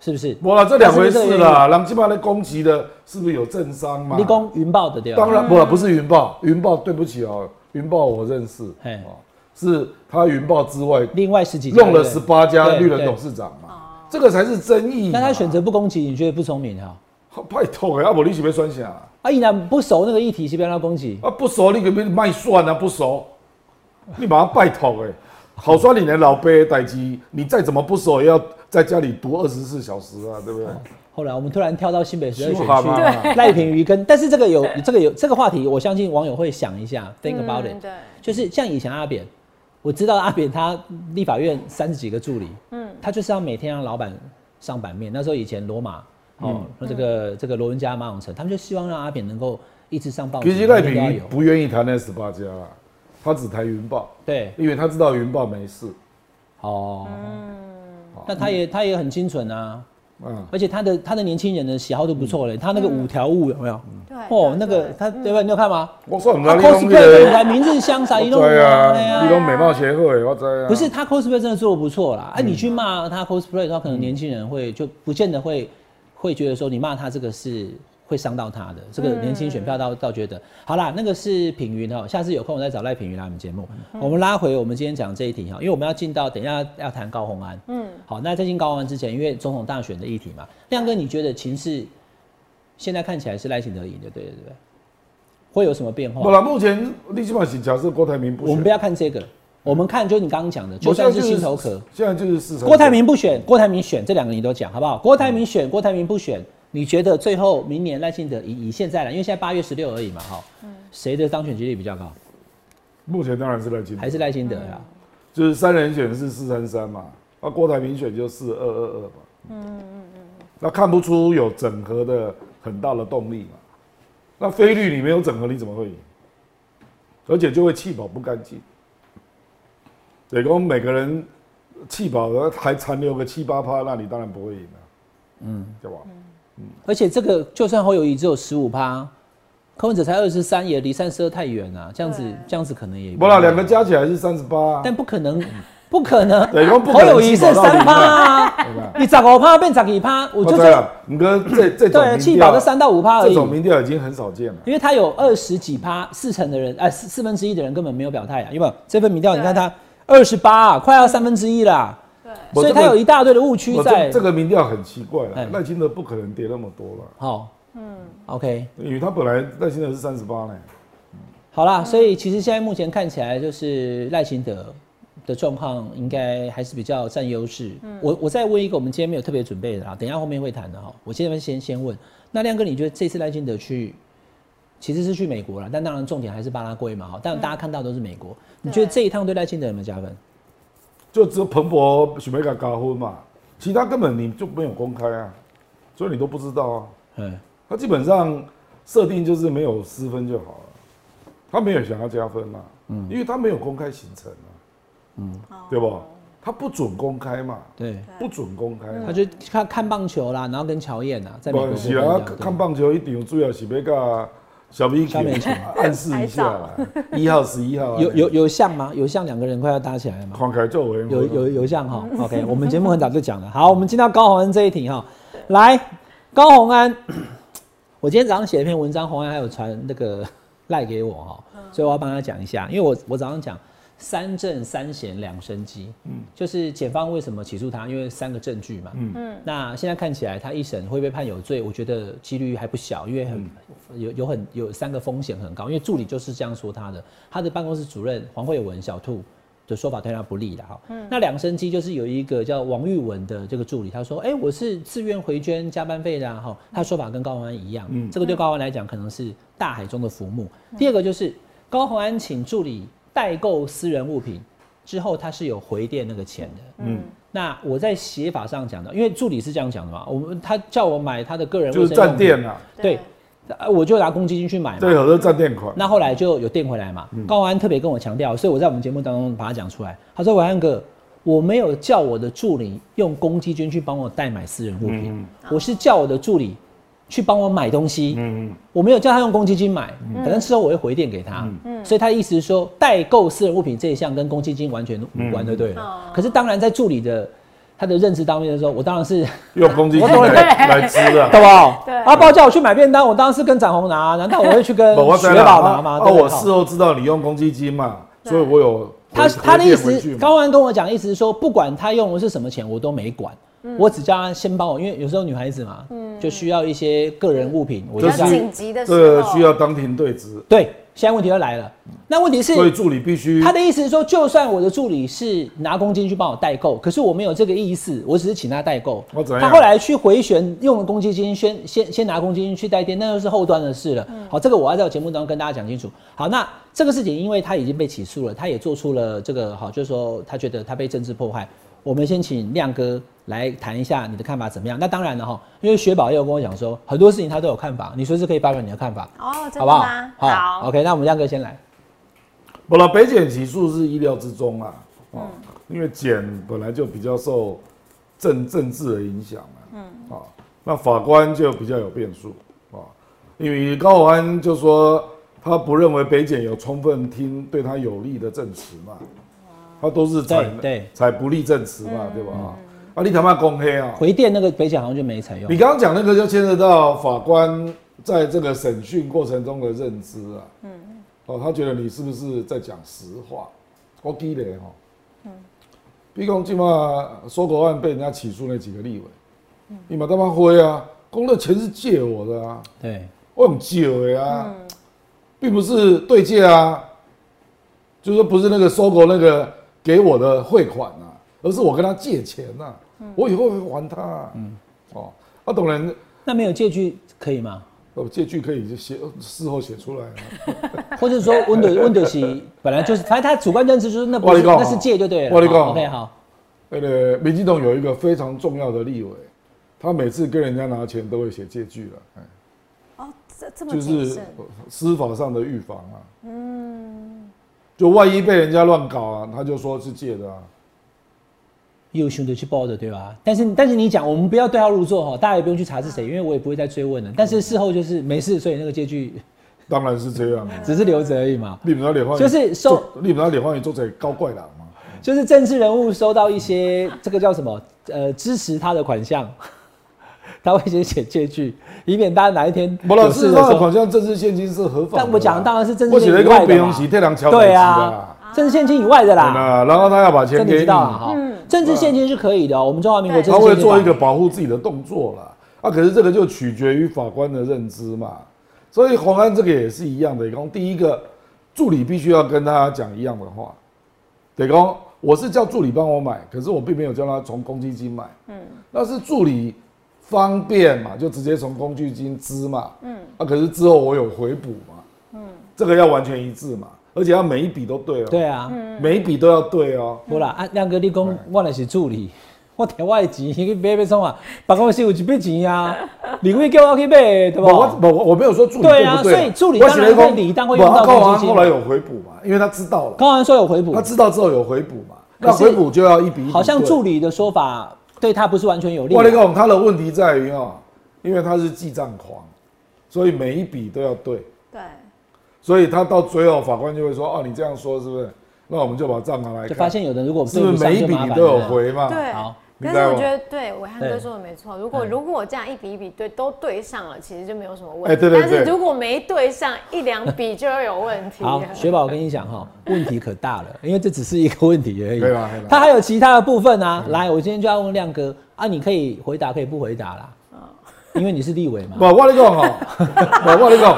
[SPEAKER 2] 是不是？
[SPEAKER 3] 无啦，这两回事
[SPEAKER 2] 啦。
[SPEAKER 3] 啦。人基本上攻击的是不是有政商嘛？
[SPEAKER 2] 立功云豹的对吧？
[SPEAKER 3] 当然不啦，不是云豹，云豹对不起哦，云豹我认识，
[SPEAKER 2] 嘿
[SPEAKER 3] 哦，是他云豹之外
[SPEAKER 2] 另外十几家
[SPEAKER 3] 弄了
[SPEAKER 2] 对
[SPEAKER 3] 十八家
[SPEAKER 2] 对
[SPEAKER 3] 绿人
[SPEAKER 2] 对
[SPEAKER 3] 董事长嘛，这个才是争议嘛。
[SPEAKER 2] 那他选择不攻击，你觉得不聪明啊？
[SPEAKER 3] 拜托的，啊，无你是要选啥？
[SPEAKER 2] 啊，依然不熟那个议题，是不要让他攻击。
[SPEAKER 3] 啊，不熟你个别卖蒜啊，不熟，你马上拜托哎、好说你的老辈的代机，你再怎么不熟也要在家里读二十四小时啊，对不对？
[SPEAKER 2] 哦后来我们突然跳到新北十二选
[SPEAKER 3] 修好嘛
[SPEAKER 2] 区，
[SPEAKER 3] 对
[SPEAKER 2] 赖品妤跟，但是这个有这个有这个话题，我相信网友会想一下，think about
[SPEAKER 4] 嗯
[SPEAKER 2] it，
[SPEAKER 4] 对
[SPEAKER 2] 就是像以前阿扁，我知道阿扁他立法院三十几个助理，嗯，他就是要每天让老板上版面。那时候以前罗马
[SPEAKER 3] 嗯
[SPEAKER 2] 哦，那这个这个罗文佳、马永成，他们就希望让阿扁能够一直上报纸，
[SPEAKER 3] 其实赖
[SPEAKER 2] 每天都要
[SPEAKER 3] 品妤
[SPEAKER 2] 哦有
[SPEAKER 3] 不愿意谈那十八家啦，他只谈云豹，
[SPEAKER 2] 对
[SPEAKER 3] 因为他知道云豹没事。
[SPEAKER 2] 哦，
[SPEAKER 4] 嗯
[SPEAKER 2] 那他也他也很清纯啊，
[SPEAKER 3] 嗯，
[SPEAKER 2] 而且他的他的年轻人的喜好都不错嘞，他那个五条悟有没有？
[SPEAKER 4] 对
[SPEAKER 2] 哦
[SPEAKER 4] 对，
[SPEAKER 2] 那个
[SPEAKER 4] 嗯对嗯
[SPEAKER 2] 他对吧？你有看吗？
[SPEAKER 3] 我说我啊们
[SPEAKER 2] 他
[SPEAKER 3] 嗯那里弄
[SPEAKER 2] cosplay 跟舞台名字相闪，一弄
[SPEAKER 3] 对
[SPEAKER 2] 哎呀
[SPEAKER 3] 啊，你弄美貌协会，我知啊。
[SPEAKER 2] 不是他 cosplay 真的做的不错啦。哎、你去骂他 cosplay 的话，可能年轻人会就不见得会会觉得说你骂他这个是会伤到他的，这个年轻选票倒倒觉得好啦，那个是品云哦，下次有空我再找赖品云来我们节目。我们拉回我们今天讲这一题哦哈，因为我们要进到等一下要谈高红安，嗯，好，那在进高红安之前，因为总统大选的议题嘛，亮哥你觉得情势现在看起来是赖清德赢的，对对对，会有什么变化？
[SPEAKER 3] 不啦，目前立基本是假设郭台铭不选，
[SPEAKER 2] 我们不要看这个，我们看就是你刚刚讲的，就算是心头壳，，
[SPEAKER 3] 现在就是市场。
[SPEAKER 2] 郭台铭不选，郭台铭选，这两个你都讲好不好？郭台铭选，郭台铭不选，你觉得最后明年赖清德以以现在来，因为现在八月十六而已嘛，哈，谁的当选几率比较高？
[SPEAKER 3] 目前当然是赖清德，
[SPEAKER 2] 还是赖清德呀？
[SPEAKER 3] 就是三人选是四三三嘛，啊，郭台铭选就四二二二嘛，
[SPEAKER 2] 嗯
[SPEAKER 3] 那看不出有整合的很大的动力嘛。那菲律你没有整合，你怎么会赢？而且就会气保不干净。对，我们每个人气保然后还残留个七八趴，那你当然不会赢了、嗯，对吧？
[SPEAKER 2] 而且这个就算侯友谊只有十五趴，柯文哲才二十三，也离三十二太远啊。这样子
[SPEAKER 4] 对
[SPEAKER 2] 这样子可能也
[SPEAKER 3] 不啦，两个，加起来是三十八，
[SPEAKER 2] 但不可能，不可能。
[SPEAKER 3] 对我们不
[SPEAKER 2] 侯
[SPEAKER 3] 可能
[SPEAKER 2] 友谊是
[SPEAKER 3] 气保到
[SPEAKER 2] 三
[SPEAKER 3] 零
[SPEAKER 2] 趴啊
[SPEAKER 3] 对吧，
[SPEAKER 2] 你十五趴变十二趴，我就
[SPEAKER 3] 哦对
[SPEAKER 2] 算
[SPEAKER 3] 了，你跟这这种
[SPEAKER 2] 对啊
[SPEAKER 3] 民
[SPEAKER 2] 气
[SPEAKER 3] 调
[SPEAKER 2] 保个三到五趴而
[SPEAKER 3] 这
[SPEAKER 2] 已。
[SPEAKER 3] 种民调已经很少见了。
[SPEAKER 2] 因为他有二十几趴，四成的人，哎、四四分之一的人根本没有表态啊，因为这份民调，你看他二十八，啊快要三分之一啦，
[SPEAKER 3] 我
[SPEAKER 2] 所以
[SPEAKER 3] 这个
[SPEAKER 2] 他有一大堆的误区
[SPEAKER 3] 我
[SPEAKER 2] 在
[SPEAKER 3] 哦这。这个民调很奇怪
[SPEAKER 2] 哎
[SPEAKER 3] 了，赖清德不可能跌那么多了，
[SPEAKER 2] 好，嗯，OK，
[SPEAKER 3] 因为他本来赖清德是三十八呢。
[SPEAKER 2] 好啦，所以其实现在目前看起来，就是赖清德的状况应该还是比较占优势。我我再问一个，我们今天没有特别准备的啦，等一下后面会谈的哈。我现在先先问，那亮哥，你觉得这次赖清德去其实是去美国了，但当然重点还是巴拉圭嘛哈，但大家看到都是美国，你觉得这一趟对赖清德有没有加分？
[SPEAKER 3] 就只有彭博、许梅敢搞婚嘛，其他根本你就没有公开啊，所以你都不知道啊。
[SPEAKER 2] 嗯。
[SPEAKER 3] 他基本上设定就是没有失分就好了，他没有想要加分嘛，嗯，因为他没有公开行程啊，嗯，对不？他不准公开嘛，
[SPEAKER 2] 对，
[SPEAKER 3] 不准公开嘛
[SPEAKER 2] 他。就看看棒球啦，然后跟乔燕啊，在美国
[SPEAKER 3] 不
[SPEAKER 2] 跟
[SPEAKER 3] 是
[SPEAKER 2] 人家
[SPEAKER 3] 啊，
[SPEAKER 2] 对
[SPEAKER 3] 看棒球一场主要是要甲小米球
[SPEAKER 2] 小米球
[SPEAKER 3] 暗示一下啦，一号十一号啊
[SPEAKER 2] 有有有像吗？有像两个人快要搭起来了吗？
[SPEAKER 3] 看起来就有缘分啊
[SPEAKER 2] 有有有像哈，OK，我们节目很早就讲了。好，我们进到高洪安这一题哈，来，高洪安，我今天早上写了一篇文章，洪安还有传那个赖给我哈，所以我要帮他讲一下，因为我我早上讲三证三险两生机，嗯，就是检方为什么起诉他，因为三个证据嘛，嗯嗯，那现在看起来他一审会被判有罪，我觉得几率还不小，因为很、有有很有三个风险很高，因为助理就是这样说他的，他的办公室主任黄慧文小兔。的说法对他不利的哈。那两生机就是有一个叫王玉文的这个助理，他说：“哎、我是自愿回捐加班费的啊哈、他说法跟高宏安一样，这个对高宏安来讲可能是大海中的浮木。第二个就是高宏安请助理代购私人物品之后，他是有回电那个钱的。嗯，那我在写法上讲的，因为助理是这样讲的嘛，我们他叫我买他的个人
[SPEAKER 3] 就
[SPEAKER 2] 卫
[SPEAKER 3] 是
[SPEAKER 2] 生用
[SPEAKER 3] 站
[SPEAKER 2] 品
[SPEAKER 3] 店，啊，
[SPEAKER 2] 对，呃我就拿公积金去买嘛。
[SPEAKER 3] 对，有的站店款。
[SPEAKER 2] 那后来就有电回来嘛，高安特别跟我强调，所以我在我们节目当中把它讲出来。他说：“文安哥，我没有叫我的助理用公积金去帮我代买私人物品，我是叫我的助理去帮我买东西，我没有叫他用公积金买，反正之后我会回电给他。所以他的意思是说，代购私人物品这一项跟公积金完全无关就对了。
[SPEAKER 4] 哦
[SPEAKER 2] 可是当然在助理的他的认知当面的时候，我当然是。”
[SPEAKER 3] 用公积金来来吃啊。
[SPEAKER 2] 懂不？
[SPEAKER 4] 对
[SPEAKER 2] 阿豹叫我去买便当，我当然是跟展宏拿，难道我会去 跟
[SPEAKER 3] 不我知
[SPEAKER 2] 雪
[SPEAKER 3] 道
[SPEAKER 2] 宝拿吗？
[SPEAKER 3] 啊
[SPEAKER 2] 对不对
[SPEAKER 3] 我事后知道你用公积金嘛，所以我有
[SPEAKER 2] 他
[SPEAKER 3] 回
[SPEAKER 2] 他的意
[SPEAKER 3] 回电回
[SPEAKER 2] 思
[SPEAKER 3] 去，嘛
[SPEAKER 2] 高安跟我讲，意思是说，不管他用的是什么钱，我都没管，我只叫他先帮我，因为有时候女孩子嘛，就需要一些个人物品，我
[SPEAKER 4] 比
[SPEAKER 2] 就
[SPEAKER 4] 较
[SPEAKER 3] 是
[SPEAKER 2] 叫
[SPEAKER 4] 紧急的时
[SPEAKER 3] 这
[SPEAKER 4] 候，
[SPEAKER 3] 个需要当庭对质，
[SPEAKER 2] 对。现在问题就来了，那问题是
[SPEAKER 3] 所以助理必须
[SPEAKER 2] 他的意思是说，就算我的助理是拿公积金去帮我代购，可是我没有这个意思，我只是请他代购
[SPEAKER 3] 我怎。样
[SPEAKER 2] 他后来去回旋用了公积金，先先先拿公积金去代垫，那又是后端的事了。
[SPEAKER 3] 嗯
[SPEAKER 2] 好，这个我要在我节目当中跟大家讲清楚。好，那这个事情因为他已经被起诉了，他也做出了这个好，就是说他觉得他被政治迫害。我们先请亮哥来谈一下你的看法怎么样？那当然了哈，因为雪宝也有跟我讲说，很多事情他都有看法，你随时可以发表你的看法，
[SPEAKER 4] 哦，真
[SPEAKER 2] 好
[SPEAKER 4] 的
[SPEAKER 2] 不好
[SPEAKER 4] 吗？？
[SPEAKER 2] 好，OK，那我们亮哥先来。
[SPEAKER 3] 不了，北检起诉是意料之中啊，哦，因为检本来就比较受政政治的影响啊，嗯，啊、那法官就比较有变数啊、因为高宏安就说他不认为北检有充分听对他有利的证词嘛，他都是采
[SPEAKER 2] 对对
[SPEAKER 3] 采不利证词嘛，对吧？啊，啊，你他妈公黑啊！
[SPEAKER 2] 回电那个北检好像就没采用
[SPEAKER 3] 你。刚刚讲那个就牵涉到法官在这个审讯过程中的认知啊，嗯，哦，他觉得你是不是在讲实话？我记得哈，嗯，比如讲今嘛收购案被人家起诉那几个立委，你嘛他妈灰啊，公的钱是借我的啊，
[SPEAKER 2] 对，
[SPEAKER 3] 我很借的啊，
[SPEAKER 4] 嗯
[SPEAKER 3] 并不是对借啊，就是说不是那个收购那个给我的汇款啊，而是我跟他借钱啊，
[SPEAKER 4] 嗯
[SPEAKER 3] 我以后会还他、啊，嗯，哦，那、啊、当然。
[SPEAKER 2] 那没有借据可以吗？
[SPEAKER 3] 哦，借据可以就写事后写出来啊嘛。
[SPEAKER 2] 或者说 Windows Windows 本来就是，反正他主观认知就是那不
[SPEAKER 3] 我
[SPEAKER 2] 是
[SPEAKER 3] 跟你讲
[SPEAKER 2] 那是借就对了。
[SPEAKER 3] 我跟你讲
[SPEAKER 2] 好 OK 好，
[SPEAKER 3] 那个民进党有一个非常重要的立委，他每次跟人家拿钱都会写借据了，哎
[SPEAKER 4] 哦，这这么
[SPEAKER 3] 就
[SPEAKER 4] 谨
[SPEAKER 3] 是
[SPEAKER 4] 慎，
[SPEAKER 3] 司法上的预防啊。嗯，就万一被人家乱搞啊，他就说是借的啊。
[SPEAKER 2] 有兄弟去报的，对吧？但是但是你讲，我们不要对号入座哈，大家也不用去查是谁，因为我也不会再追问了。但是事后就是没事，所以那个借据
[SPEAKER 3] 当然是这样啊。
[SPEAKER 2] 只是留着而已嘛。
[SPEAKER 3] 你不要脸换，
[SPEAKER 2] 就是受
[SPEAKER 3] 做，你不要脸换，做成高怪郎嘛。
[SPEAKER 2] 就是政治人物收到一些这个叫什么呃支持他的款项， 他会先写借据，以免大家哪一天
[SPEAKER 3] 不了，
[SPEAKER 2] 有
[SPEAKER 3] 事
[SPEAKER 2] 事
[SPEAKER 3] 实
[SPEAKER 2] 的时
[SPEAKER 3] 上好
[SPEAKER 2] 候，
[SPEAKER 3] 像政治现金是合法的啦。
[SPEAKER 2] 但我讲当然是政治
[SPEAKER 3] 我写了
[SPEAKER 2] 现
[SPEAKER 3] 一
[SPEAKER 2] 金以
[SPEAKER 3] 个
[SPEAKER 2] 外的
[SPEAKER 3] 别人
[SPEAKER 2] 嘛
[SPEAKER 3] 洗太郎桥
[SPEAKER 2] 对
[SPEAKER 3] 啊
[SPEAKER 2] 啊，，政治现金以外的啦，
[SPEAKER 3] 那然后他要把
[SPEAKER 2] 这
[SPEAKER 3] 钱
[SPEAKER 2] 你
[SPEAKER 3] 给
[SPEAKER 2] 知
[SPEAKER 3] 你，嗯
[SPEAKER 2] 道啊了
[SPEAKER 3] 他
[SPEAKER 2] 哈。政治现金是可以的哦，我们中华民国
[SPEAKER 4] 对
[SPEAKER 2] 政治
[SPEAKER 3] 会
[SPEAKER 2] 现金
[SPEAKER 3] 做
[SPEAKER 2] 法
[SPEAKER 3] 一个保护自己的动作啦。啊，可是这个就取决于法官的认知嘛。所以洪安这个也是一样的，讲第一个助理必须要跟他讲一样的话，得讲我是叫助理帮我买，可是我并没有叫他从公积金买，嗯，那是助理方便嘛，就直接从公积金支嘛，嗯，啊，可是之后我有回补嘛，嗯，这个要完全一致嘛，而且要每一笔都对哦，
[SPEAKER 2] 对啊，
[SPEAKER 3] 每一笔都要对哦，
[SPEAKER 2] 无啦，啊，亮哥，你讲我若是助理，我摕我的钱去买买创啊，办公室有一笔钱啊，李伟叫我去买的，对
[SPEAKER 3] 不，我
[SPEAKER 2] 不？
[SPEAKER 3] 不，我我没有说助理
[SPEAKER 2] 对
[SPEAKER 3] 不
[SPEAKER 2] 啊
[SPEAKER 3] 对，
[SPEAKER 2] 所以助理
[SPEAKER 3] 我
[SPEAKER 2] 当然
[SPEAKER 3] 写了一
[SPEAKER 2] 会
[SPEAKER 3] 封
[SPEAKER 2] 理当会用到
[SPEAKER 3] 不高
[SPEAKER 2] 公积
[SPEAKER 3] 王
[SPEAKER 2] 金
[SPEAKER 3] 后来有回补嘛，因为他知道了，
[SPEAKER 2] 高安说有回补
[SPEAKER 3] 他，知道之后有回补嘛，
[SPEAKER 2] 可
[SPEAKER 3] 那
[SPEAKER 2] 是
[SPEAKER 3] 回补就要一笔一笔。
[SPEAKER 2] 好像
[SPEAKER 3] 对
[SPEAKER 2] 助理的说法对他不是完全有利
[SPEAKER 3] 我
[SPEAKER 2] 啊。
[SPEAKER 3] 跟你讲，他的问题在于哦，因为他是记账狂，所以每一笔都要对，
[SPEAKER 4] 对，
[SPEAKER 3] 啊所以他到最后法官就会说，哦，你这样说是不是？那我们就把账拿来
[SPEAKER 2] 就
[SPEAKER 3] 看，
[SPEAKER 2] 发现有的如果
[SPEAKER 3] 是
[SPEAKER 2] 对
[SPEAKER 3] 不
[SPEAKER 2] 不
[SPEAKER 3] 是
[SPEAKER 2] 上
[SPEAKER 3] 每一
[SPEAKER 2] 就
[SPEAKER 3] 笔
[SPEAKER 2] 麻
[SPEAKER 3] 你
[SPEAKER 2] 烦
[SPEAKER 3] 都有
[SPEAKER 2] 了。
[SPEAKER 3] 回嘛？
[SPEAKER 4] 对
[SPEAKER 2] 好，
[SPEAKER 3] 你
[SPEAKER 4] 但
[SPEAKER 3] 知道
[SPEAKER 4] 是我
[SPEAKER 3] 吗
[SPEAKER 4] 觉得对伟汉哥
[SPEAKER 2] 对
[SPEAKER 4] 说的没错。如果如果我这样一笔一笔对都对上了，其实就没有什么问题。
[SPEAKER 3] 哎对对
[SPEAKER 4] 但是
[SPEAKER 3] 对
[SPEAKER 4] 如果没对上一两笔就会有问题了。
[SPEAKER 2] 好，雪宝，我跟你讲哈， 问题可大了，因为这只是一个问题而已。
[SPEAKER 3] 对吧对吧
[SPEAKER 2] 他还有啊其他的部分啊。来，我今天就要问亮哥啊，你可以回答，可以不回答啦。因为你是立委嘛
[SPEAKER 3] 不，。我跟你讲哦，不，我跟你讲，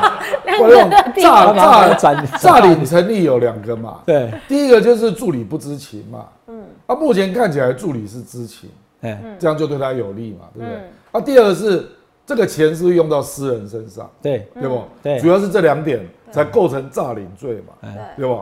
[SPEAKER 3] 我跟你讲，
[SPEAKER 2] 要不要
[SPEAKER 3] 诈诈
[SPEAKER 2] 转
[SPEAKER 3] 诈领成立有两个嘛，
[SPEAKER 2] 对，
[SPEAKER 3] 第一个就是助理不知情嘛，嗯，啊，目前看起来助理是知情，
[SPEAKER 2] 哎，
[SPEAKER 3] 这样就对他有利嘛，对不对？啊，第二个是这个钱是不是用到私人身上，
[SPEAKER 2] 对，
[SPEAKER 3] 对不？
[SPEAKER 2] 对
[SPEAKER 3] 主要是这两点才构成诈领罪嘛，
[SPEAKER 2] 哎，
[SPEAKER 3] 对不？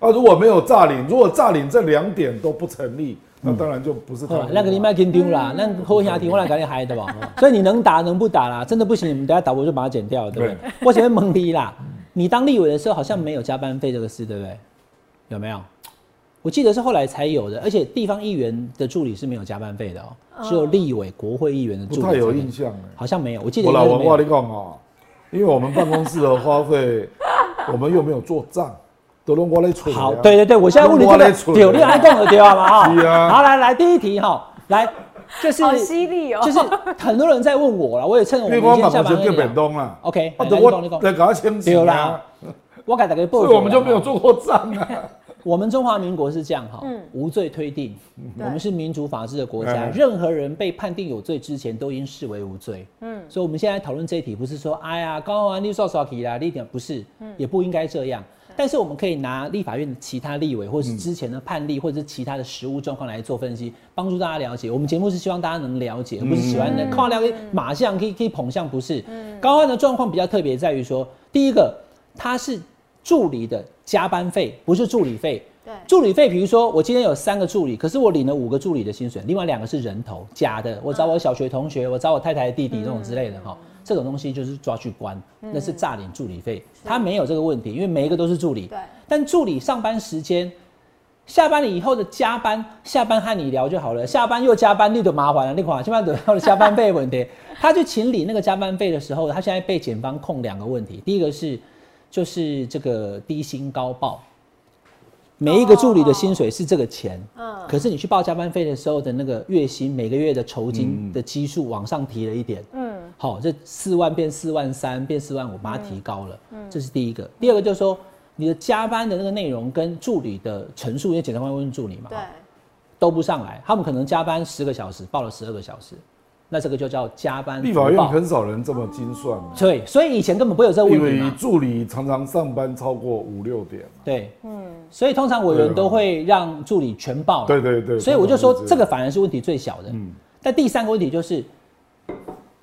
[SPEAKER 3] 啊，如果没有诈领，如果诈领这两点都不成立，那当然就不是
[SPEAKER 2] 好
[SPEAKER 3] 他的
[SPEAKER 2] 啦
[SPEAKER 3] 嘛。，
[SPEAKER 2] 嗯哦那个你卖紧张啦，那好兄弟，我来给你嗨的吧。 所以你能打能不打啦，真的不行，你们等下打我就把它剪掉，对不对？ 我前面懵逼啦，你当立委的时候好像没有加班费这个事，对不对？有没有？我记得是后来才有的，而且地方议员的助理是没有加班费的哦、只有立委、国会议员的助
[SPEAKER 3] 不
[SPEAKER 2] 理
[SPEAKER 3] 太有
[SPEAKER 2] 才
[SPEAKER 3] 印象哎。
[SPEAKER 2] 好像没有。我记得
[SPEAKER 3] 我
[SPEAKER 2] 应该
[SPEAKER 3] 老
[SPEAKER 2] 是
[SPEAKER 3] 我
[SPEAKER 2] 没
[SPEAKER 3] 我
[SPEAKER 2] 有
[SPEAKER 3] 跟你讲哦，因为我们办公室的花费，我们又没有做账，都拢我来存。
[SPEAKER 2] 好，对对对，我现在问你这
[SPEAKER 3] 啊我在
[SPEAKER 2] 个
[SPEAKER 3] 存
[SPEAKER 2] 有恋爱共和对吧？嘛
[SPEAKER 3] 啊是啊
[SPEAKER 2] 好，来来第一题哈，来就是
[SPEAKER 4] 好犀利哦！
[SPEAKER 2] 就是很多人在问我了，我也趁我们
[SPEAKER 3] 因为
[SPEAKER 2] 今
[SPEAKER 3] 我
[SPEAKER 2] 天
[SPEAKER 3] 嘛
[SPEAKER 2] 下
[SPEAKER 3] 不
[SPEAKER 2] 班
[SPEAKER 3] 是叫
[SPEAKER 2] 来
[SPEAKER 3] 本
[SPEAKER 2] 聊。
[SPEAKER 3] 东啦，
[SPEAKER 2] OK，
[SPEAKER 3] 啊，
[SPEAKER 2] 哎
[SPEAKER 3] 等
[SPEAKER 2] 你讲你
[SPEAKER 3] 我
[SPEAKER 2] 讲
[SPEAKER 3] 来给他签字
[SPEAKER 2] 对
[SPEAKER 3] 啦
[SPEAKER 2] 啦，我给大家报
[SPEAKER 3] 啊所
[SPEAKER 2] 告
[SPEAKER 3] 以我们就没有。做过账 啊。
[SPEAKER 2] 我们中华民国是这样哈，无罪推定，我们是民主法治的国家，
[SPEAKER 3] 嗯
[SPEAKER 2] 任何人被判定有罪之前都应视为无罪。嗯，所以我们现在讨论这一题，不是说哎呀，高安你少少题啦，你点不是，也不应该这样。但是我们可以拿立法院的其他立委，或是之前的判例，或者是其他的实务状况来做分析，帮助大家了解。我们节目是希望大家能了解，而不是喜欢能看了个马上可以可以捧上，不是。高安的状况比较特别，在于说，第一个他是助理的加班费，不是助理费。
[SPEAKER 4] 对
[SPEAKER 2] 助理费，比如说我今天有三个助理，可是我领了五个助理的薪水，另外两个是人头假
[SPEAKER 4] 嗯
[SPEAKER 2] 的，我找我小学同学，我找我太太的弟弟那种之类的哈，这种东西就是抓去关，那是诈领助理费，他没有这个问题，因为每一个都是助理
[SPEAKER 4] 嗯对，
[SPEAKER 2] 但助理上班时间。下班了以后的加班，下班和你聊就好了。下班又加班，你就麻烦了。你看，下班等到了加班费的问题，他就请理那个加班费的时候，他现在被检方控两个问题，第一个是就是这个低薪高报，每一个助理的薪水是这个钱，
[SPEAKER 4] 嗯
[SPEAKER 2] 可是你去报加班费的时候的那个月薪，每个月的酬金的基数往上提了一点，嗯，好，这四万变四万三，变四万五，把它提高了，
[SPEAKER 4] 嗯
[SPEAKER 2] 这是第一个。第二个就是说，你的加班的那个内容跟助理的陈述，因为检察官会问助理嘛，
[SPEAKER 4] 对，
[SPEAKER 2] 都不上来，他们可能加班十个小时，报了十二个小时，那这个就叫加班
[SPEAKER 3] 立法院
[SPEAKER 2] 报。
[SPEAKER 3] 很少人这么精算啊，
[SPEAKER 2] 对，所以以前根本不会有这个问
[SPEAKER 3] 因
[SPEAKER 2] 题
[SPEAKER 3] 为
[SPEAKER 2] 嘛。
[SPEAKER 3] 助理常常上班超过五六点啊嘛。
[SPEAKER 2] 对，嗯，所以通常委员都会让助理全报啦。
[SPEAKER 3] 对对对，
[SPEAKER 2] 所以我就说这个反而是问题最小的。
[SPEAKER 3] 嗯
[SPEAKER 2] 但第三个问题就是，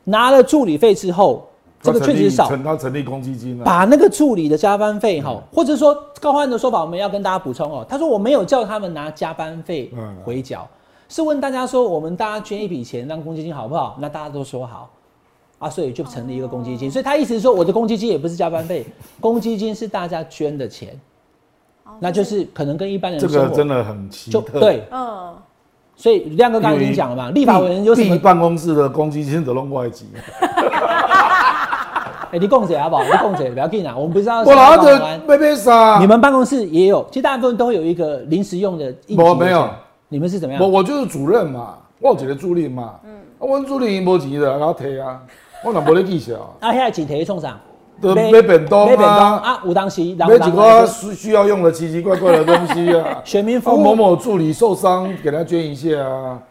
[SPEAKER 2] 拿了助理费之后，这
[SPEAKER 3] 他
[SPEAKER 2] 个
[SPEAKER 3] 成
[SPEAKER 2] 确
[SPEAKER 3] 立
[SPEAKER 2] 实少，
[SPEAKER 3] 成他成立公积金啊了。
[SPEAKER 2] 把那个助理的加班费
[SPEAKER 3] 嗯
[SPEAKER 2] 哈，或者说高欢的说法，我们要跟大家补充哦。他说我没有叫他们拿加班费
[SPEAKER 3] 嗯
[SPEAKER 2] 回缴，是问大家说，我们大家捐一笔钱当公积金好不好？那大家都说好，啊，所以就成立一个公积金。所以他意思是说，我的公积金也不是加班 费，公积金是大家捐的钱，那哦就是可能跟一般人
[SPEAKER 3] 这
[SPEAKER 2] 生
[SPEAKER 3] 个
[SPEAKER 2] 活
[SPEAKER 3] 真的很奇
[SPEAKER 2] 就
[SPEAKER 3] 特。
[SPEAKER 2] 对。
[SPEAKER 4] 嗯，
[SPEAKER 2] 所以亮哥刚刚已经讲了嘛，立法委员有什
[SPEAKER 3] 地
[SPEAKER 2] 么
[SPEAKER 3] 地？办公室的公积金的弄外 籍，啊
[SPEAKER 2] 哎、你供谁好不好？你供谁不要紧啊，我们不是要
[SPEAKER 3] 我拿
[SPEAKER 2] 上班
[SPEAKER 3] 着被被杀。
[SPEAKER 2] 你们办公室也有，其实大部分都会有一个临时用的应急
[SPEAKER 3] 我没有
[SPEAKER 2] 的钱你们是怎么样
[SPEAKER 3] 我？我就是主任嘛，我有一个助理嘛，嗯，啊，我助理无钱的，给我摕啊，我哪无咧记账 啊，
[SPEAKER 2] 啊，现在请提冲上，
[SPEAKER 3] 就买便当啊
[SPEAKER 2] 买便当啊，有当时人，
[SPEAKER 3] 买几个需需要用的奇奇怪怪的东西啊
[SPEAKER 2] 选民服
[SPEAKER 3] 啊
[SPEAKER 2] 务
[SPEAKER 3] 某某助理受伤，给他捐一下啊，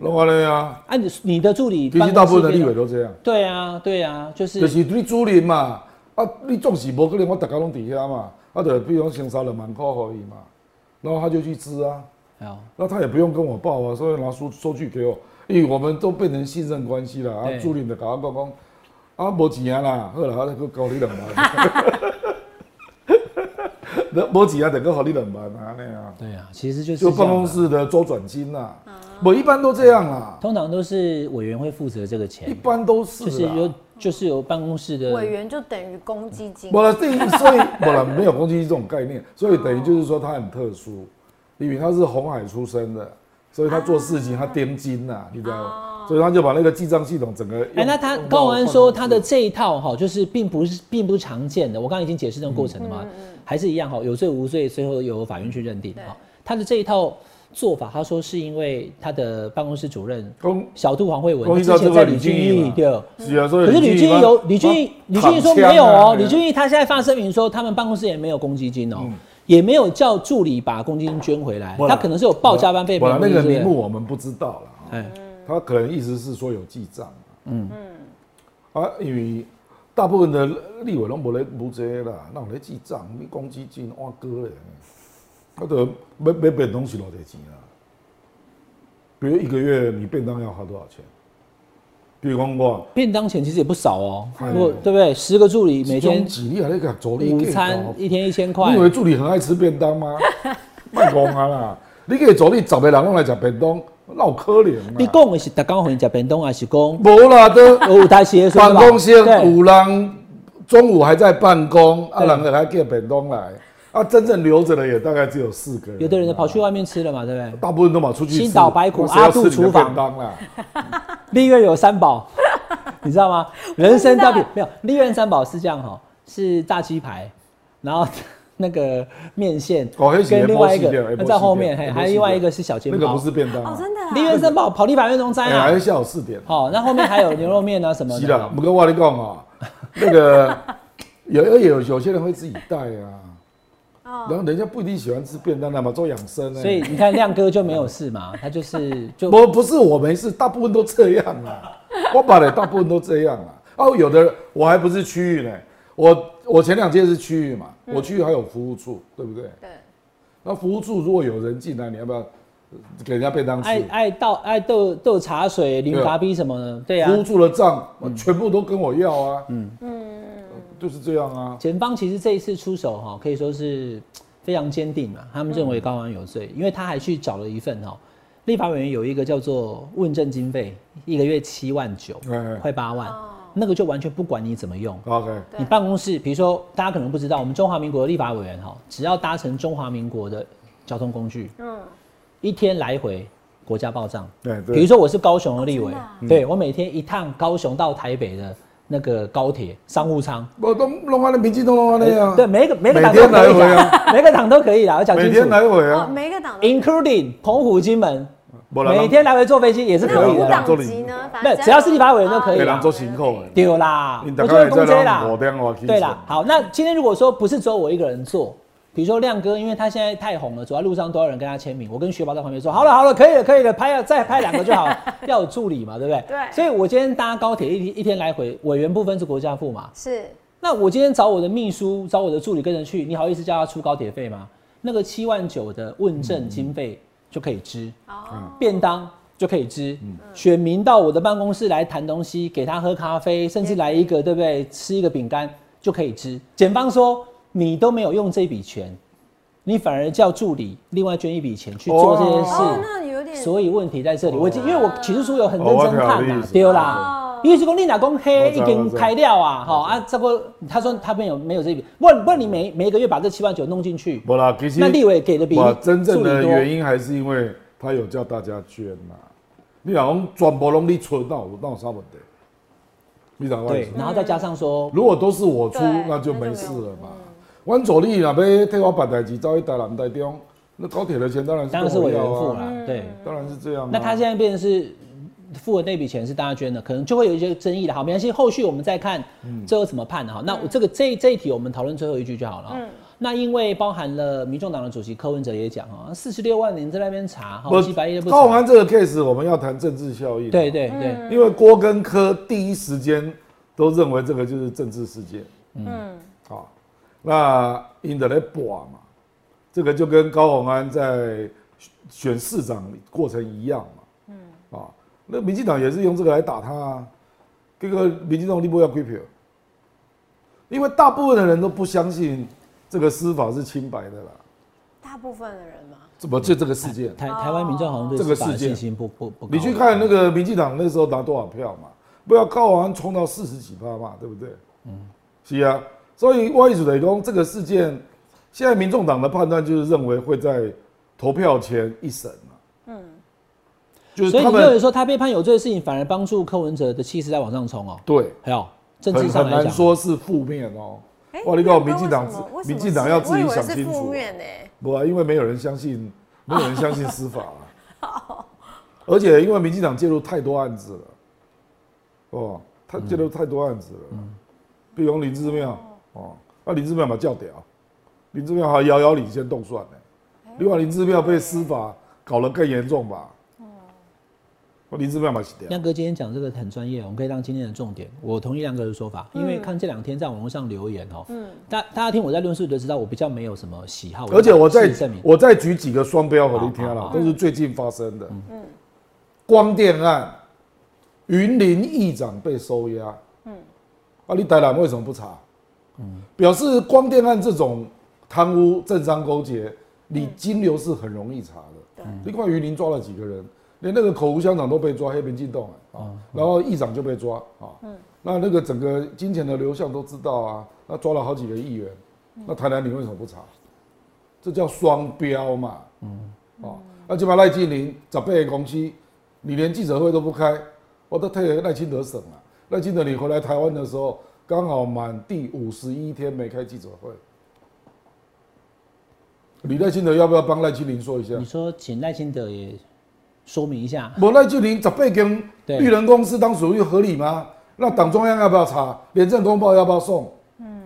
[SPEAKER 3] 弄完了呀，
[SPEAKER 2] 啊，你你的助理
[SPEAKER 3] 其实大部分
[SPEAKER 2] 办公室
[SPEAKER 3] 的立
[SPEAKER 2] 变
[SPEAKER 3] 委
[SPEAKER 2] 成
[SPEAKER 3] 都这样，
[SPEAKER 2] 对啊，对啊，就
[SPEAKER 3] 就是是你主任嘛，啊，你总是无可能我大家拢底下嘛，啊，对，比如说先杀了满块而已嘛，然后他就去支啊，
[SPEAKER 2] 哎呦
[SPEAKER 3] 那他也不用跟我报啊，所以拿收收据给我，因为我们都变成信任关系了啊
[SPEAKER 2] 对。
[SPEAKER 3] 朱林的搞我讲，啊，无钱啊啦，好啦，我再去交你两万。 那无钱啊，得搁给你两万啊，那样啊，
[SPEAKER 2] 对啊，其实就是
[SPEAKER 3] 就
[SPEAKER 2] 这样
[SPEAKER 3] 办
[SPEAKER 2] 啊
[SPEAKER 3] 公，室的周转金呐、我一般都这样啦，
[SPEAKER 2] 通常都是委员会负责这个
[SPEAKER 3] 一
[SPEAKER 2] 钱，
[SPEAKER 3] 般都是啊
[SPEAKER 2] 就是
[SPEAKER 3] 啦。
[SPEAKER 2] 由就是由办公室的
[SPEAKER 4] 委员就等于公积金
[SPEAKER 3] 我。了，这一所以 我了没有公积金这种概念，所以等于就是说他很特殊，因为他是红海出身的，所以他做事情他掂金呐、你知道吗？所以他就把那个记账系统整个用。
[SPEAKER 2] 哎，那他
[SPEAKER 3] 用到
[SPEAKER 2] 高文安说
[SPEAKER 3] 放
[SPEAKER 2] 他的这一套哈，就是并不是并不是常见的。我刚刚已经解释那个过程了嘛，还是一样哈，有罪无罪，最后由法院去认定哈。他的这一套做法，他说是因为他的办公室主任
[SPEAKER 3] 公
[SPEAKER 2] 小杜黄慧文
[SPEAKER 3] 公益
[SPEAKER 2] 他之
[SPEAKER 3] 照
[SPEAKER 2] 前
[SPEAKER 3] 这
[SPEAKER 2] 在
[SPEAKER 3] 个
[SPEAKER 2] 吕
[SPEAKER 3] 吕
[SPEAKER 2] 俊
[SPEAKER 3] 俊义
[SPEAKER 2] 义
[SPEAKER 3] 嘛
[SPEAKER 2] 对哦。
[SPEAKER 3] 是啊，所以
[SPEAKER 2] 可是吕俊义
[SPEAKER 3] 嘛
[SPEAKER 2] 有吕俊义，吕俊义说
[SPEAKER 3] 啊
[SPEAKER 2] 没有哦，吕俊义他现在发声明说，他们办公室也没有公积金哦，也没有叫助理把公积金捐回来
[SPEAKER 3] 嗯不，啦
[SPEAKER 2] 他可能是有报加班费，
[SPEAKER 3] 本来
[SPEAKER 2] 没
[SPEAKER 3] 那
[SPEAKER 2] 有
[SPEAKER 3] 个
[SPEAKER 2] 公积金
[SPEAKER 3] 名目我们不知道了。
[SPEAKER 2] 哎，
[SPEAKER 3] 他可能意思是说有记账嘛。嗯嗯。啊，因为大部分的立委拢无咧无这个啦，那有咧记账，你公积金换哥咧，啊，都每每便当是偌侪钱啦。啊比如一个月你便当要花多少钱？比如讲我
[SPEAKER 2] 便当钱其实也不少哦，
[SPEAKER 3] 哎
[SPEAKER 2] 如果对不对？十个助理每
[SPEAKER 3] 每
[SPEAKER 2] 天
[SPEAKER 3] 天几粒啊，那个助理
[SPEAKER 2] 午餐一天一千块
[SPEAKER 3] 哦你以，为助理很爱吃便当吗？ 卖讲啊啦！你给助理十个人拢来吃便当，那有可怜啊！
[SPEAKER 2] 你讲的是大家回家便当还是讲
[SPEAKER 3] 无啦，都
[SPEAKER 2] 有台时的时候
[SPEAKER 3] 办
[SPEAKER 2] 吧
[SPEAKER 3] 公室
[SPEAKER 2] 对
[SPEAKER 3] 有人中午还在办公，啊，
[SPEAKER 2] 对
[SPEAKER 3] 人还给本东来，啊，真正留着的也大概只有四个人啊。
[SPEAKER 2] 有的人跑去外面吃了嘛，对不对？
[SPEAKER 3] 大部分都嘛出去吃
[SPEAKER 2] 青岛白骨
[SPEAKER 3] 那谁要吃
[SPEAKER 2] 阿杜
[SPEAKER 3] 你的
[SPEAKER 2] 厨房
[SPEAKER 3] 便当啦，
[SPEAKER 2] 立院有三宝，你知道 吗？人生到底没有立院三宝是这样哈、是炸鸡排，然后 那个面线，
[SPEAKER 3] 哦那是
[SPEAKER 2] 跟另外一
[SPEAKER 3] 没戏
[SPEAKER 2] 个
[SPEAKER 3] 的
[SPEAKER 2] 那在后面，
[SPEAKER 3] 没戏
[SPEAKER 2] 嘿，
[SPEAKER 3] 的
[SPEAKER 2] 还有另外一个是小煎
[SPEAKER 3] 那个
[SPEAKER 2] 包
[SPEAKER 3] 不。是便当啊
[SPEAKER 4] 哦，真的啊、
[SPEAKER 2] 立院三宝跑立法院中山
[SPEAKER 3] 哎呀，还
[SPEAKER 2] 啊
[SPEAKER 3] 是，下午四点。
[SPEAKER 2] 好、那后面还有牛肉面啊什么
[SPEAKER 3] 是
[SPEAKER 2] 的
[SPEAKER 3] 啦，，不过我跟你 讲啊，那个有有有有些人会自己带啊，
[SPEAKER 4] 哦
[SPEAKER 3] 然后人家不一定喜欢吃便当的嘛，做养生呢。
[SPEAKER 2] 所以你看亮哥就没有事嘛，他就是就
[SPEAKER 3] 不不是我没事，大部分都这样 啦。我把的大部分都这样啦。哦，有的我还不是区域呢，我我前两届是区域嘛，
[SPEAKER 2] 嗯
[SPEAKER 3] 我区域还有服务处，对不对？
[SPEAKER 4] 对，
[SPEAKER 3] 那服务处如果有人进来，你要不要呃给人家便当吃？
[SPEAKER 2] 爱爱倒爱豆豆茶水、零达比什么的，对啊
[SPEAKER 3] 服务。处的账、
[SPEAKER 2] 嗯
[SPEAKER 3] 全部都跟我要啊。嗯嗯，就是这样啊。
[SPEAKER 2] 检方其实这一次出手哈，可以说是非常坚定嘛，他们认为高安有罪，因为他还去找了一份哈，立法委员有一个叫做问政经费，一个月七万九
[SPEAKER 3] 哎哎，
[SPEAKER 2] 快八万，那个就完全不管你怎么用。
[SPEAKER 3] OK，
[SPEAKER 4] 对
[SPEAKER 2] 你办公室，比如说大家可能不知道，我们中华民国的立法委员哈，只要搭乘中华民国的交通工具，
[SPEAKER 4] 嗯，
[SPEAKER 2] 一天来回国家报账。
[SPEAKER 3] 对嗯
[SPEAKER 2] 比如
[SPEAKER 3] 对。
[SPEAKER 2] 说我是高雄的立委，
[SPEAKER 4] 真的啊
[SPEAKER 2] 对我每天一趟高雄到台北的那个高铁商务舱，
[SPEAKER 3] 我都弄完了，民进党弄完了呀。
[SPEAKER 2] 对，每个每个党
[SPEAKER 3] 啊每
[SPEAKER 2] 都
[SPEAKER 3] 天
[SPEAKER 2] 可以
[SPEAKER 3] 来回啊
[SPEAKER 2] 啦，每个党都可以啦，我讲
[SPEAKER 3] 每
[SPEAKER 2] 清
[SPEAKER 3] 天
[SPEAKER 2] 楚
[SPEAKER 3] 来回
[SPEAKER 4] 哦，
[SPEAKER 3] 啊。
[SPEAKER 4] 每一个党的
[SPEAKER 2] ，including 澎湖、金门，
[SPEAKER 3] 没啦
[SPEAKER 2] 每天来回坐飞机也是
[SPEAKER 4] 那
[SPEAKER 2] 可以
[SPEAKER 4] 无
[SPEAKER 2] 的
[SPEAKER 3] 啦
[SPEAKER 2] 啦。
[SPEAKER 4] 党籍呢？反
[SPEAKER 2] 那
[SPEAKER 4] 正
[SPEAKER 2] 只要是立法委员都可以啊
[SPEAKER 3] 被
[SPEAKER 2] 啦
[SPEAKER 3] 人做辛苦的。
[SPEAKER 2] 丢啦，
[SPEAKER 3] 你
[SPEAKER 2] 我
[SPEAKER 3] 大
[SPEAKER 2] 就
[SPEAKER 3] 概
[SPEAKER 2] 会攻击
[SPEAKER 3] 在
[SPEAKER 2] 啦
[SPEAKER 3] 那五点外去
[SPEAKER 2] 对啦，好，那今天如果说不是只有我一个人做，比如说亮哥，因为他现在太红了，走在路上都有人跟他签名。我跟雪宝在旁边说：“好了好了，可以了可以了，拍了再拍两个就好了，要有助理嘛，对不对？”
[SPEAKER 4] 对
[SPEAKER 2] 所以我今天搭高铁一一天来回，委员部分是国家付嘛。
[SPEAKER 4] 是
[SPEAKER 2] 那我今天找我的秘书，找我的助理跟着去，你好意思叫他出高铁费吗？那个七万九的问政经费就可以支。
[SPEAKER 3] 嗯
[SPEAKER 4] 哦，
[SPEAKER 2] 便当就可以支。选民到我的办公室来谈东西，给他喝咖啡，甚至来一个对不对？吃一个饼干就可以支。检方说你都没有用这笔钱，你反而叫助理另外捐一笔钱去做这件事。
[SPEAKER 4] 哦，那有点
[SPEAKER 2] 所以问题在这里，我已经因为我起诉书有很认
[SPEAKER 3] 哦我
[SPEAKER 2] 真
[SPEAKER 3] 懂
[SPEAKER 2] 看
[SPEAKER 3] 你的意
[SPEAKER 2] 呐、
[SPEAKER 3] 思
[SPEAKER 2] 对
[SPEAKER 4] 哦
[SPEAKER 2] 啦。因为是讲你哪公黑
[SPEAKER 3] 我知
[SPEAKER 2] 已
[SPEAKER 3] 道我
[SPEAKER 2] 经
[SPEAKER 3] 知道
[SPEAKER 2] 开掉啊，吼啊，这个他说他没有没有这笔，不然不然你每每个月把这七万九弄进去，
[SPEAKER 3] 不啦，其实
[SPEAKER 2] 那立委给的比
[SPEAKER 3] 哇真正
[SPEAKER 2] 助
[SPEAKER 3] 的
[SPEAKER 2] 理多
[SPEAKER 3] 原因还是因为他有叫大家捐呐、你老公全部拢你存，那我那有啥问题？你讲
[SPEAKER 2] 对，然后再加上说，
[SPEAKER 3] 如果都是我出
[SPEAKER 4] 对，
[SPEAKER 3] 那就没嗯事了嘛。阮左力若要替我办代志，招一台南台中，那高铁的钱当然是
[SPEAKER 2] 当然是
[SPEAKER 3] 跟我
[SPEAKER 2] 委
[SPEAKER 3] 要
[SPEAKER 2] 员
[SPEAKER 3] 啊
[SPEAKER 2] 付啦，对。
[SPEAKER 3] 当然是这样啊、
[SPEAKER 2] 那他现在变成是付的那笔钱是大家捐的，可能就会有一些争议了。好，没关系，后续我们再看
[SPEAKER 3] 嗯
[SPEAKER 2] 最后怎么判哈。那我这个这这一题我们讨论最后一句就好了。那因为包含了民众党的主席柯文哲也讲啊，四十六万您在那边查哈，几百亿都不
[SPEAKER 3] 告
[SPEAKER 2] 查。
[SPEAKER 3] 完这个 case，我们要谈政治效应。
[SPEAKER 2] 对，对对，
[SPEAKER 3] 因为郭跟柯第一时间都认为这个就是政治事件。
[SPEAKER 4] 嗯，
[SPEAKER 3] 好，那赢得来搏嘛，这个就跟高鸿安在选市长过程一样嘛。嗯，啊，那民进党也是用这个来打他啊，这个民进党立不要归票，因为大部分的人都不相信这个司法是清白的啦。
[SPEAKER 4] 大部分的人嘛，
[SPEAKER 3] 怎么就这个啊事件？
[SPEAKER 2] 台台湾民众好像对
[SPEAKER 3] 这个
[SPEAKER 2] 司法的
[SPEAKER 3] 事件
[SPEAKER 2] 信心不不不高。
[SPEAKER 3] 你去看那个民进党那时候拿多少票嘛？不要高安冲到四十几趴嘛，对不对？嗯，是啊。所以外主雷公这个事件，现在民众党的判断就是认为会在投票前一审嘛。嗯，就
[SPEAKER 2] 所以
[SPEAKER 3] 是他
[SPEAKER 2] 你认为
[SPEAKER 3] 们
[SPEAKER 2] 说他被判有罪的事情，反而帮助柯文哲的气势在往上冲哦。
[SPEAKER 3] 对
[SPEAKER 2] 还有政治
[SPEAKER 3] 很
[SPEAKER 2] 上
[SPEAKER 3] 很
[SPEAKER 2] 来
[SPEAKER 3] 难
[SPEAKER 2] 讲，
[SPEAKER 3] 说是负面哦、
[SPEAKER 4] 哎
[SPEAKER 3] 哇，你
[SPEAKER 4] 那
[SPEAKER 3] 告
[SPEAKER 4] 为
[SPEAKER 3] 民
[SPEAKER 4] 什
[SPEAKER 3] 进党
[SPEAKER 4] 么
[SPEAKER 3] 自
[SPEAKER 4] 为，什
[SPEAKER 3] 民
[SPEAKER 4] 么
[SPEAKER 3] 进党
[SPEAKER 4] 是
[SPEAKER 3] 要自
[SPEAKER 4] 我以
[SPEAKER 3] 己
[SPEAKER 4] 为
[SPEAKER 3] 想
[SPEAKER 4] 是
[SPEAKER 3] 清
[SPEAKER 4] 负
[SPEAKER 3] 楚。
[SPEAKER 4] 面欸呢，
[SPEAKER 3] 不啊，因为没有人相信，没有人相信司法、啊。而且因为民进党介入太多案子了，哦，他介入太多案子了，比如林志妙，哦，那、林志妙嘛叫屌，林志妙还遥遥领先动算呢。另外林志妙被司法搞得更严重吧？哦，林志妙嘛是
[SPEAKER 4] 啊
[SPEAKER 3] 屌，
[SPEAKER 2] 亮哥今天讲这个很专业，我们可以当今天的重点。我同意亮哥的说法，因
[SPEAKER 4] 嗯
[SPEAKER 2] 为看这两天在网络上留言哦，大大家听我在论述就知道，我比较没有什么喜好。
[SPEAKER 3] 而且我
[SPEAKER 2] 事
[SPEAKER 3] 再
[SPEAKER 2] 实证明，
[SPEAKER 3] 我再举几个双标给你听
[SPEAKER 2] 好好
[SPEAKER 3] 了，都是最近发生的。光电案，云林议长被收押。啊，你台南为什么不查？表示光电案这种贪污、政商勾结，你金流是很容易查的。你看云林抓了几个人，连那个口湖乡长都被抓，黑边进洞啊，然后议长就被抓啊。那那个整个金钱的流向都知道啊，那抓了好几个议员，那台南你为什么不查？这叫双标嘛。哦，那就把赖清林十八个公司，你连记者会都不开，我都替赖清德省了。赖清德，你回来台湾的时候，刚好满第五十一天没开记者会。你赖清德要不要帮赖清林说一下
[SPEAKER 2] 你？说请赖清德也说明一下，
[SPEAKER 3] 我赖清林十八间
[SPEAKER 2] 啊对
[SPEAKER 3] 绿人公司当属于合理吗？那党中央要不要查？廉政公报要不要送？嗯，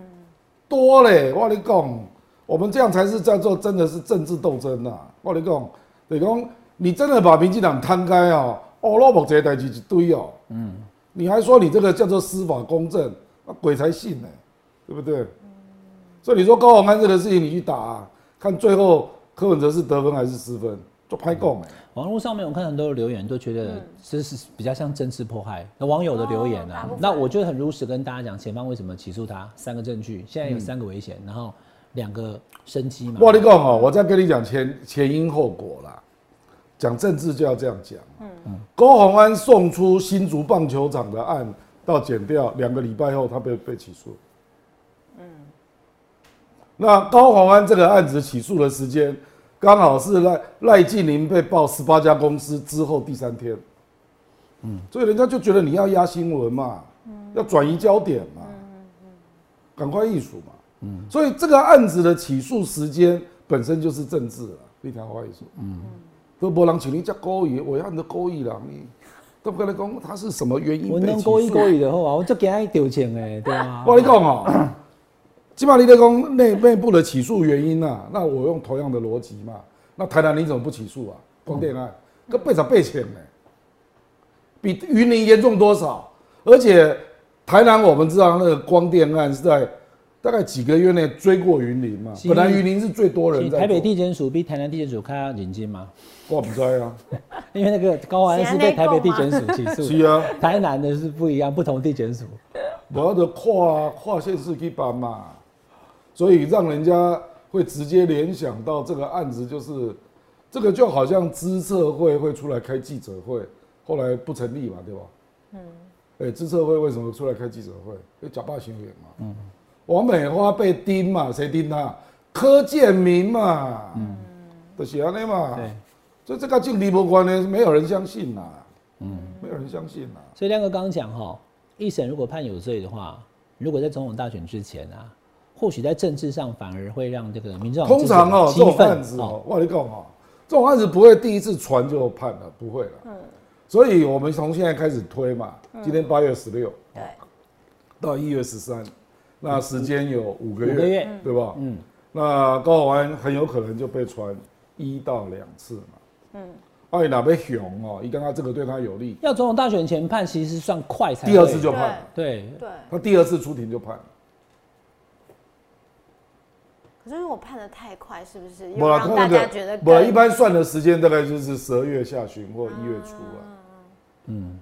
[SPEAKER 3] 多嘞，我跟你讲，我们这样才是叫做真的是政治斗争呐、我跟你讲，你讲你真的把民进党摊开啊，哦，老目这些代志一堆哦，嗯，你还说你这个叫做司法公正，那、鬼才信呢、对不对？所以你说高鸿安这个事情你去打啊、看最后柯文哲是得分还是失分，就拍供哎、
[SPEAKER 2] 网络上面我看很多的留言都觉得这是比较像政治迫害，那网友的留言
[SPEAKER 4] 嗯哦大
[SPEAKER 2] 啊
[SPEAKER 4] 部，分
[SPEAKER 2] 那我就很如实跟大家讲，前方为什么起诉他，三个证据，现在有三个危险，然后两个生机嘛。
[SPEAKER 3] 我嗯跟你讲哦，我再跟你讲前前因后果啦。讲政治就要这样讲。嗯，郭宏安送出新竹棒球场的案到检调，两个礼拜后他被被起诉。嗯，那高宏安这个案子起诉的时间，刚好是赖赖静林被曝十八家公司之后第三天。嗯，所以人家就觉得你要压新闻嘛，要转移焦点嘛，赶快艺术嘛。
[SPEAKER 2] 嗯
[SPEAKER 3] 所以这个案子的起诉时间本身就是政治了，你听我意思。嗯，都没人请你叫勾引，我要你的勾引人你都不跟你讲他是什么原因
[SPEAKER 2] 我
[SPEAKER 3] 被
[SPEAKER 2] 能
[SPEAKER 3] 起
[SPEAKER 2] 勾一
[SPEAKER 3] 诉。
[SPEAKER 2] 勾一的话，我就给他丢钱哎，对 啊。
[SPEAKER 3] 我跟你讲哦、 起码你在讲内内部的起诉原因啊，那我用同样的逻辑嘛。那台南你怎么不起诉啊？光电案，跟被查被钱呢，比云林严重多少？而且台南我们知道那个光电案是在大概几个月内追过云林嘛，
[SPEAKER 2] 是
[SPEAKER 3] 本来云林是最多人
[SPEAKER 2] 是
[SPEAKER 3] 在做
[SPEAKER 2] 台北地检署比台南地检署开要引进吗？
[SPEAKER 3] 我不知道啊，
[SPEAKER 2] 因为那个高安是被台北地检署起诉的，
[SPEAKER 3] 是啊，
[SPEAKER 2] 台南的是不一样，不同地检署。
[SPEAKER 3] 我要的跨跨县市去办嘛，所以让人家会直接联想到这个案子，就是这个就好像资策会会出来开记者会，后来不成立嘛，对吧？嗯。哎、资策会为什么出来开记者会？因为假霸行为嘛。嗯。王美花被盯嘛，谁盯她？柯建明嘛。嗯。就是安尼嘛。
[SPEAKER 2] 对。
[SPEAKER 3] 所以这个政敌无关呢，没有人相信啦。嗯。没有人相信啦。
[SPEAKER 2] 所以亮哥刚刚讲哈，一审如果判有罪的话，如果在总统大选之前啊，或许在政治上反而会让这个民众
[SPEAKER 3] 通常哦，这种案子
[SPEAKER 2] 哦，
[SPEAKER 3] 哦，我跟你讲哦，这种案子不会第一次传就判了，不会了。所以我们从现在开始推嘛，今天八月十六
[SPEAKER 4] 对，
[SPEAKER 3] 到一月十三，那时间有五个月，
[SPEAKER 2] 五个月
[SPEAKER 3] 对吧？嗯，那高考完很有可能就被传一到两次嘛。嗯，哎，哪被熊哦，一刚刚这个对他有利，
[SPEAKER 2] 要总统大选前判，其实算快才会
[SPEAKER 3] 第二次就判了，
[SPEAKER 2] 对，
[SPEAKER 4] 对。
[SPEAKER 3] 他第二次出庭就判了。
[SPEAKER 4] 可是如果判的太快，是不是
[SPEAKER 3] 不
[SPEAKER 4] 又
[SPEAKER 3] 啦，
[SPEAKER 4] 让大
[SPEAKER 3] 通
[SPEAKER 4] 家
[SPEAKER 3] 常
[SPEAKER 4] 觉得
[SPEAKER 3] 不啦，
[SPEAKER 4] 更
[SPEAKER 3] 啊一般算的时间大概就是十二月下旬或一月初啊。嗯，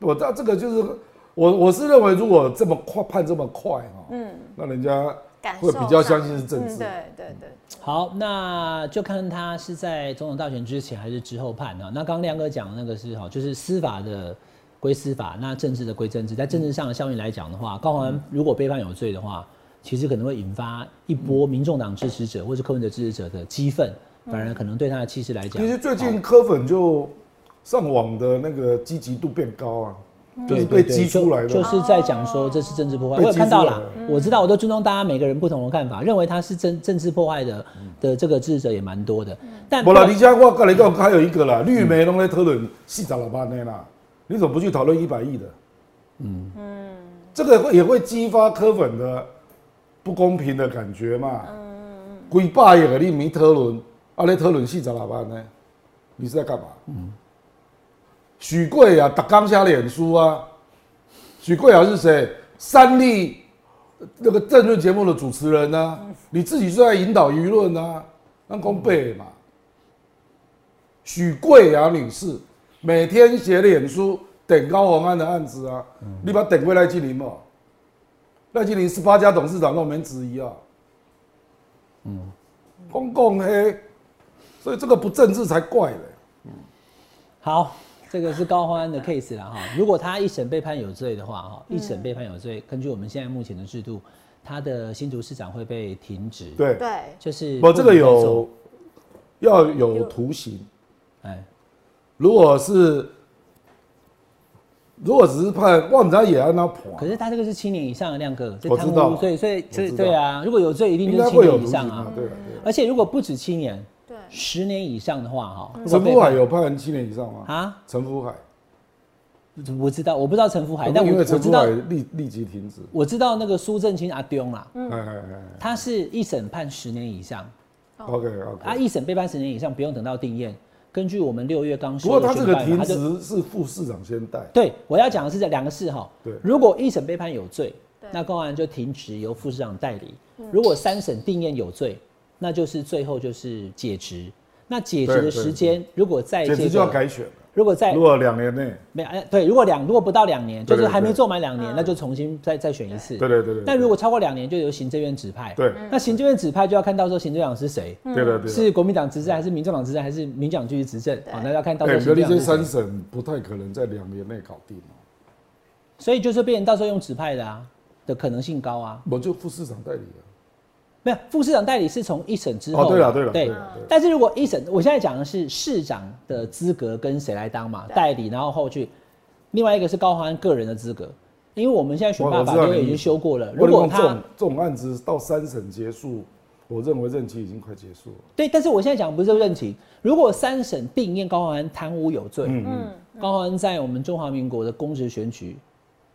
[SPEAKER 3] 我到这个就是我我是认为，如果这么快判这么快哈，嗯，那人家
[SPEAKER 4] 感受
[SPEAKER 3] 会比较
[SPEAKER 4] 上
[SPEAKER 3] 相信是政
[SPEAKER 4] 嗯
[SPEAKER 3] 治。
[SPEAKER 4] 对对对，
[SPEAKER 2] 好，那就看他是在总统大选之前还是之后判啊。那刚刚亮哥讲的那个是哈，就是司法的归司法，那政治的归政治。在政治上的效应来讲的话，高虹安如果被判有罪的话，其实可能会引发一波民众党支持者或是柯文哲支持者的激愤，反而可能对他的气势来讲，
[SPEAKER 3] 其实最近柯粉就上网的那个积极度变高啊，
[SPEAKER 4] 嗯
[SPEAKER 3] 就是
[SPEAKER 2] 对
[SPEAKER 3] 被
[SPEAKER 2] 对
[SPEAKER 3] 激出来的。
[SPEAKER 2] 就就是在讲说这是政治破坏。
[SPEAKER 3] 被
[SPEAKER 2] 我有
[SPEAKER 3] 激出来
[SPEAKER 2] 看到啦
[SPEAKER 3] 了，
[SPEAKER 2] 我知道，我都尊重大家每个人不同的看法，认为他是政政治破坏的的这个支持者也蛮多的。但
[SPEAKER 3] 嗯不啦，你家我跟你讲，还有一个啦，绿媒拢在讨论四十老八的啦，你怎么不去讨论一百亿的？嗯嗯，这个会也会激发柯粉的不公平的感觉嘛。嗯嗯几百亿的你没讨论，啊，你讨论四十老八呢？你是在干嘛？嗯，许贵啊，打刚下脸书啊，许贵啊是谁？三立那个政论节目的主持人呢、啊，你自己是在引导舆论啊，让公背嘛。许桂雅女士每天写脸书等高洪安的案子啊，你把她等回赖清林嘛，哦赖清林十八家董事长都没质疑啊，嗯，公共黑，所以这个不政治才怪嘞、
[SPEAKER 2] 好，这个是高欢安的 case 了哈。如果他一审被判有罪的话，哈，一审被判有罪，根据我们现在目前的制度，他的新竹市长会被停职。，
[SPEAKER 3] 对，
[SPEAKER 4] 对，
[SPEAKER 2] 就是
[SPEAKER 3] 不这个
[SPEAKER 2] 能再做
[SPEAKER 3] 有要有图形，
[SPEAKER 2] 哎，
[SPEAKER 3] 如果是如果只是判，我们家也按那判，
[SPEAKER 2] 可是他这个是七年以上的亮哥，这
[SPEAKER 3] 我
[SPEAKER 2] 贪
[SPEAKER 3] 知道
[SPEAKER 2] 污，所以所以
[SPEAKER 3] 我知
[SPEAKER 2] 所以
[SPEAKER 3] 道
[SPEAKER 2] 对啊，如果有罪一定就
[SPEAKER 3] 应该
[SPEAKER 2] 是七
[SPEAKER 3] 会有
[SPEAKER 2] 年
[SPEAKER 3] 图
[SPEAKER 2] 以
[SPEAKER 3] 形
[SPEAKER 2] 上
[SPEAKER 3] 啊
[SPEAKER 2] 啊，，
[SPEAKER 3] 对啊对啊。
[SPEAKER 2] 而且如果不止七年，
[SPEAKER 4] 对
[SPEAKER 2] 十年以上的话，哈，如果
[SPEAKER 3] 陈
[SPEAKER 2] 被
[SPEAKER 3] 福海
[SPEAKER 2] 判
[SPEAKER 3] 有判七年以上吗？
[SPEAKER 2] 啊，
[SPEAKER 3] 陈福海，
[SPEAKER 2] 我知道，我不知道陈福海，哎但
[SPEAKER 3] 哦因
[SPEAKER 2] 我
[SPEAKER 3] 为
[SPEAKER 2] 我
[SPEAKER 3] 陈
[SPEAKER 2] 知
[SPEAKER 3] 福海
[SPEAKER 2] 道
[SPEAKER 3] 立立即停止。
[SPEAKER 2] 我知道那个苏正清阿丢啦，
[SPEAKER 3] 哎哎哎
[SPEAKER 2] 他是一审判十年以上。
[SPEAKER 3] ，OK
[SPEAKER 2] 啊，
[SPEAKER 3] OK。
[SPEAKER 2] 一审被判十年以上，不用等到定验。根据我们六月刚
[SPEAKER 3] 不
[SPEAKER 2] 说
[SPEAKER 3] 过
[SPEAKER 2] 的
[SPEAKER 3] 他
[SPEAKER 2] 宣
[SPEAKER 3] 这
[SPEAKER 2] 判嘛，
[SPEAKER 3] 个停
[SPEAKER 2] 他就
[SPEAKER 3] 职是副市长先带，
[SPEAKER 2] 对我要讲的是这两个事哈。
[SPEAKER 3] 对
[SPEAKER 2] 如果一审被判有罪
[SPEAKER 4] 对，
[SPEAKER 2] 那公安就停职，由副市长代理；如果三审定验有罪，那就是最后就是解职。那解职
[SPEAKER 3] 对对
[SPEAKER 2] 的时间，如果在
[SPEAKER 3] 简
[SPEAKER 2] 这
[SPEAKER 3] 直就要
[SPEAKER 2] 个，
[SPEAKER 3] 改选了。
[SPEAKER 2] 如果在
[SPEAKER 3] 如果两年内，
[SPEAKER 2] 没有哎对，如果两如果不到两年，
[SPEAKER 3] 对
[SPEAKER 2] 就
[SPEAKER 3] 对
[SPEAKER 2] 是还
[SPEAKER 3] 对
[SPEAKER 2] 没做满两年，那就重新再再选一次。
[SPEAKER 3] 对对对对。
[SPEAKER 2] 那如果超过两年，就由行政院指派。
[SPEAKER 3] 对
[SPEAKER 2] 那行政院指派就要看到时候行政长是谁。
[SPEAKER 3] 对对对，
[SPEAKER 2] 嗯是国民党执政还是民众党执政还是民进党继续执政？好，那要看到时
[SPEAKER 3] 哎，
[SPEAKER 2] 候行
[SPEAKER 3] 苗栗
[SPEAKER 2] 政
[SPEAKER 3] 这
[SPEAKER 2] 党是谁
[SPEAKER 3] 三省不太可能在两年内搞定哦
[SPEAKER 2] 所以就是变成到时候用指派的啊的可能性高啊。
[SPEAKER 3] 我就副市长代理了。
[SPEAKER 2] 没有副市长代理是从一审之
[SPEAKER 3] 哦
[SPEAKER 2] 后，啊
[SPEAKER 3] 对了对了对了对了
[SPEAKER 2] 但是如果一审，我现在讲的是市长的资格跟谁来当嘛，代理，然后后去，另外一个是高鸿安个人的资格，因为我们现在选
[SPEAKER 3] 我
[SPEAKER 2] 办
[SPEAKER 3] 我
[SPEAKER 2] 法
[SPEAKER 3] 知道
[SPEAKER 2] 六
[SPEAKER 3] 你
[SPEAKER 2] 已经修过了，
[SPEAKER 3] 我
[SPEAKER 2] 嗯如
[SPEAKER 3] 果
[SPEAKER 2] 果
[SPEAKER 3] 这
[SPEAKER 2] 他
[SPEAKER 3] 种这种案子到三审结束，我认为任期已经快结束了。
[SPEAKER 2] 对，但是我现在讲的不是这个问题，如果三审定验高鸿安贪污有罪，
[SPEAKER 3] 嗯嗯，
[SPEAKER 4] 嗯，
[SPEAKER 2] 高鸿安在我们中华民国的公职选举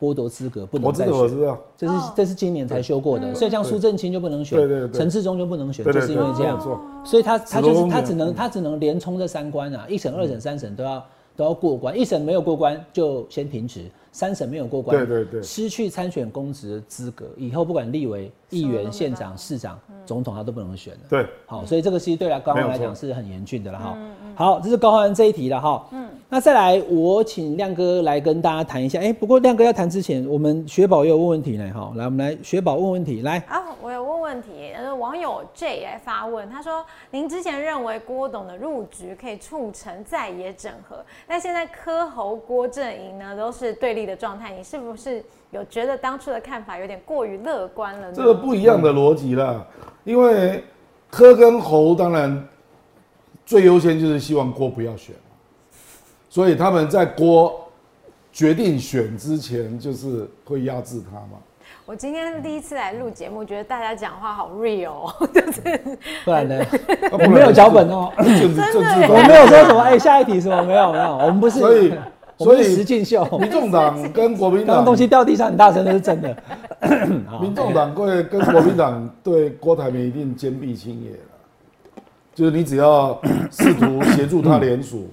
[SPEAKER 2] 剥夺资格，不
[SPEAKER 3] 我
[SPEAKER 2] 能
[SPEAKER 3] 知
[SPEAKER 2] 再
[SPEAKER 3] 道
[SPEAKER 2] 选。
[SPEAKER 3] 我知道，
[SPEAKER 2] 这是、
[SPEAKER 4] 哦
[SPEAKER 2] 这是今年才修过的，所以像苏正清就不能选，
[SPEAKER 3] 对对对
[SPEAKER 2] 陈志忠就不能选，
[SPEAKER 3] 对对
[SPEAKER 2] 就是
[SPEAKER 3] 对，
[SPEAKER 2] 因为这
[SPEAKER 3] 没有
[SPEAKER 2] 样，
[SPEAKER 3] 错
[SPEAKER 2] 所以他他就
[SPEAKER 3] 子
[SPEAKER 2] 是
[SPEAKER 3] 龙
[SPEAKER 2] 他只
[SPEAKER 3] 嗯
[SPEAKER 2] 能他只能连冲这三关啊，一审、二审、三审都要都要过关，一审没有过关就先停职，三审没有过关，
[SPEAKER 3] 对对对
[SPEAKER 2] 失去参选公职的资格，以后不管立委、议
[SPEAKER 4] 什么都没
[SPEAKER 2] 员、
[SPEAKER 4] 办
[SPEAKER 2] 县
[SPEAKER 4] 法
[SPEAKER 2] 长、市长、
[SPEAKER 3] 嗯
[SPEAKER 2] 总统他都不能选了。
[SPEAKER 3] 对，
[SPEAKER 2] 好，所以这个其实对来高
[SPEAKER 3] 没有
[SPEAKER 2] 欢来
[SPEAKER 3] 错
[SPEAKER 2] 讲是很严峻的了哈。好，这是高欢这一题了哈。嗯，那再来，我请亮哥来跟大家谈一下。哎、不过亮哥要谈之前，我们雪宝也有问问题呢哈。来，我们来雪宝问问题，来，
[SPEAKER 4] 啊，我有问问题，但是网友 J 来发问，他说：“您之前认为郭董的入局可以促成在野整合，但现在柯侯郭阵营呢都是对立的状态，你是不是有觉得当初的看法有点过于乐观了呢？”
[SPEAKER 3] 这个不一样的逻辑啦，因为柯跟侯当然最优先就是希望郭不要选，所以他们在郭决定选之前，就是会压制他嘛。
[SPEAKER 4] 我今天第一次来录节目，觉得大家讲话好 real，哦 就是
[SPEAKER 2] 不然呢？
[SPEAKER 3] 啊
[SPEAKER 2] 我哎没有脚本哦，
[SPEAKER 3] 不然政治政治
[SPEAKER 2] 我
[SPEAKER 3] 观
[SPEAKER 2] 没有说什么哎、下一题什么没有没 有，我们不是，
[SPEAKER 3] 所以
[SPEAKER 2] 我们
[SPEAKER 3] 所
[SPEAKER 2] 是
[SPEAKER 3] 以
[SPEAKER 2] 实境秀，
[SPEAKER 3] 民众党跟国民
[SPEAKER 2] 刚刚
[SPEAKER 3] 党
[SPEAKER 2] 东西掉地上很大声，那是真的。好
[SPEAKER 3] 民众党会跟国民党对郭台铭一定坚壁清野了，就是你只要试图协助他联署，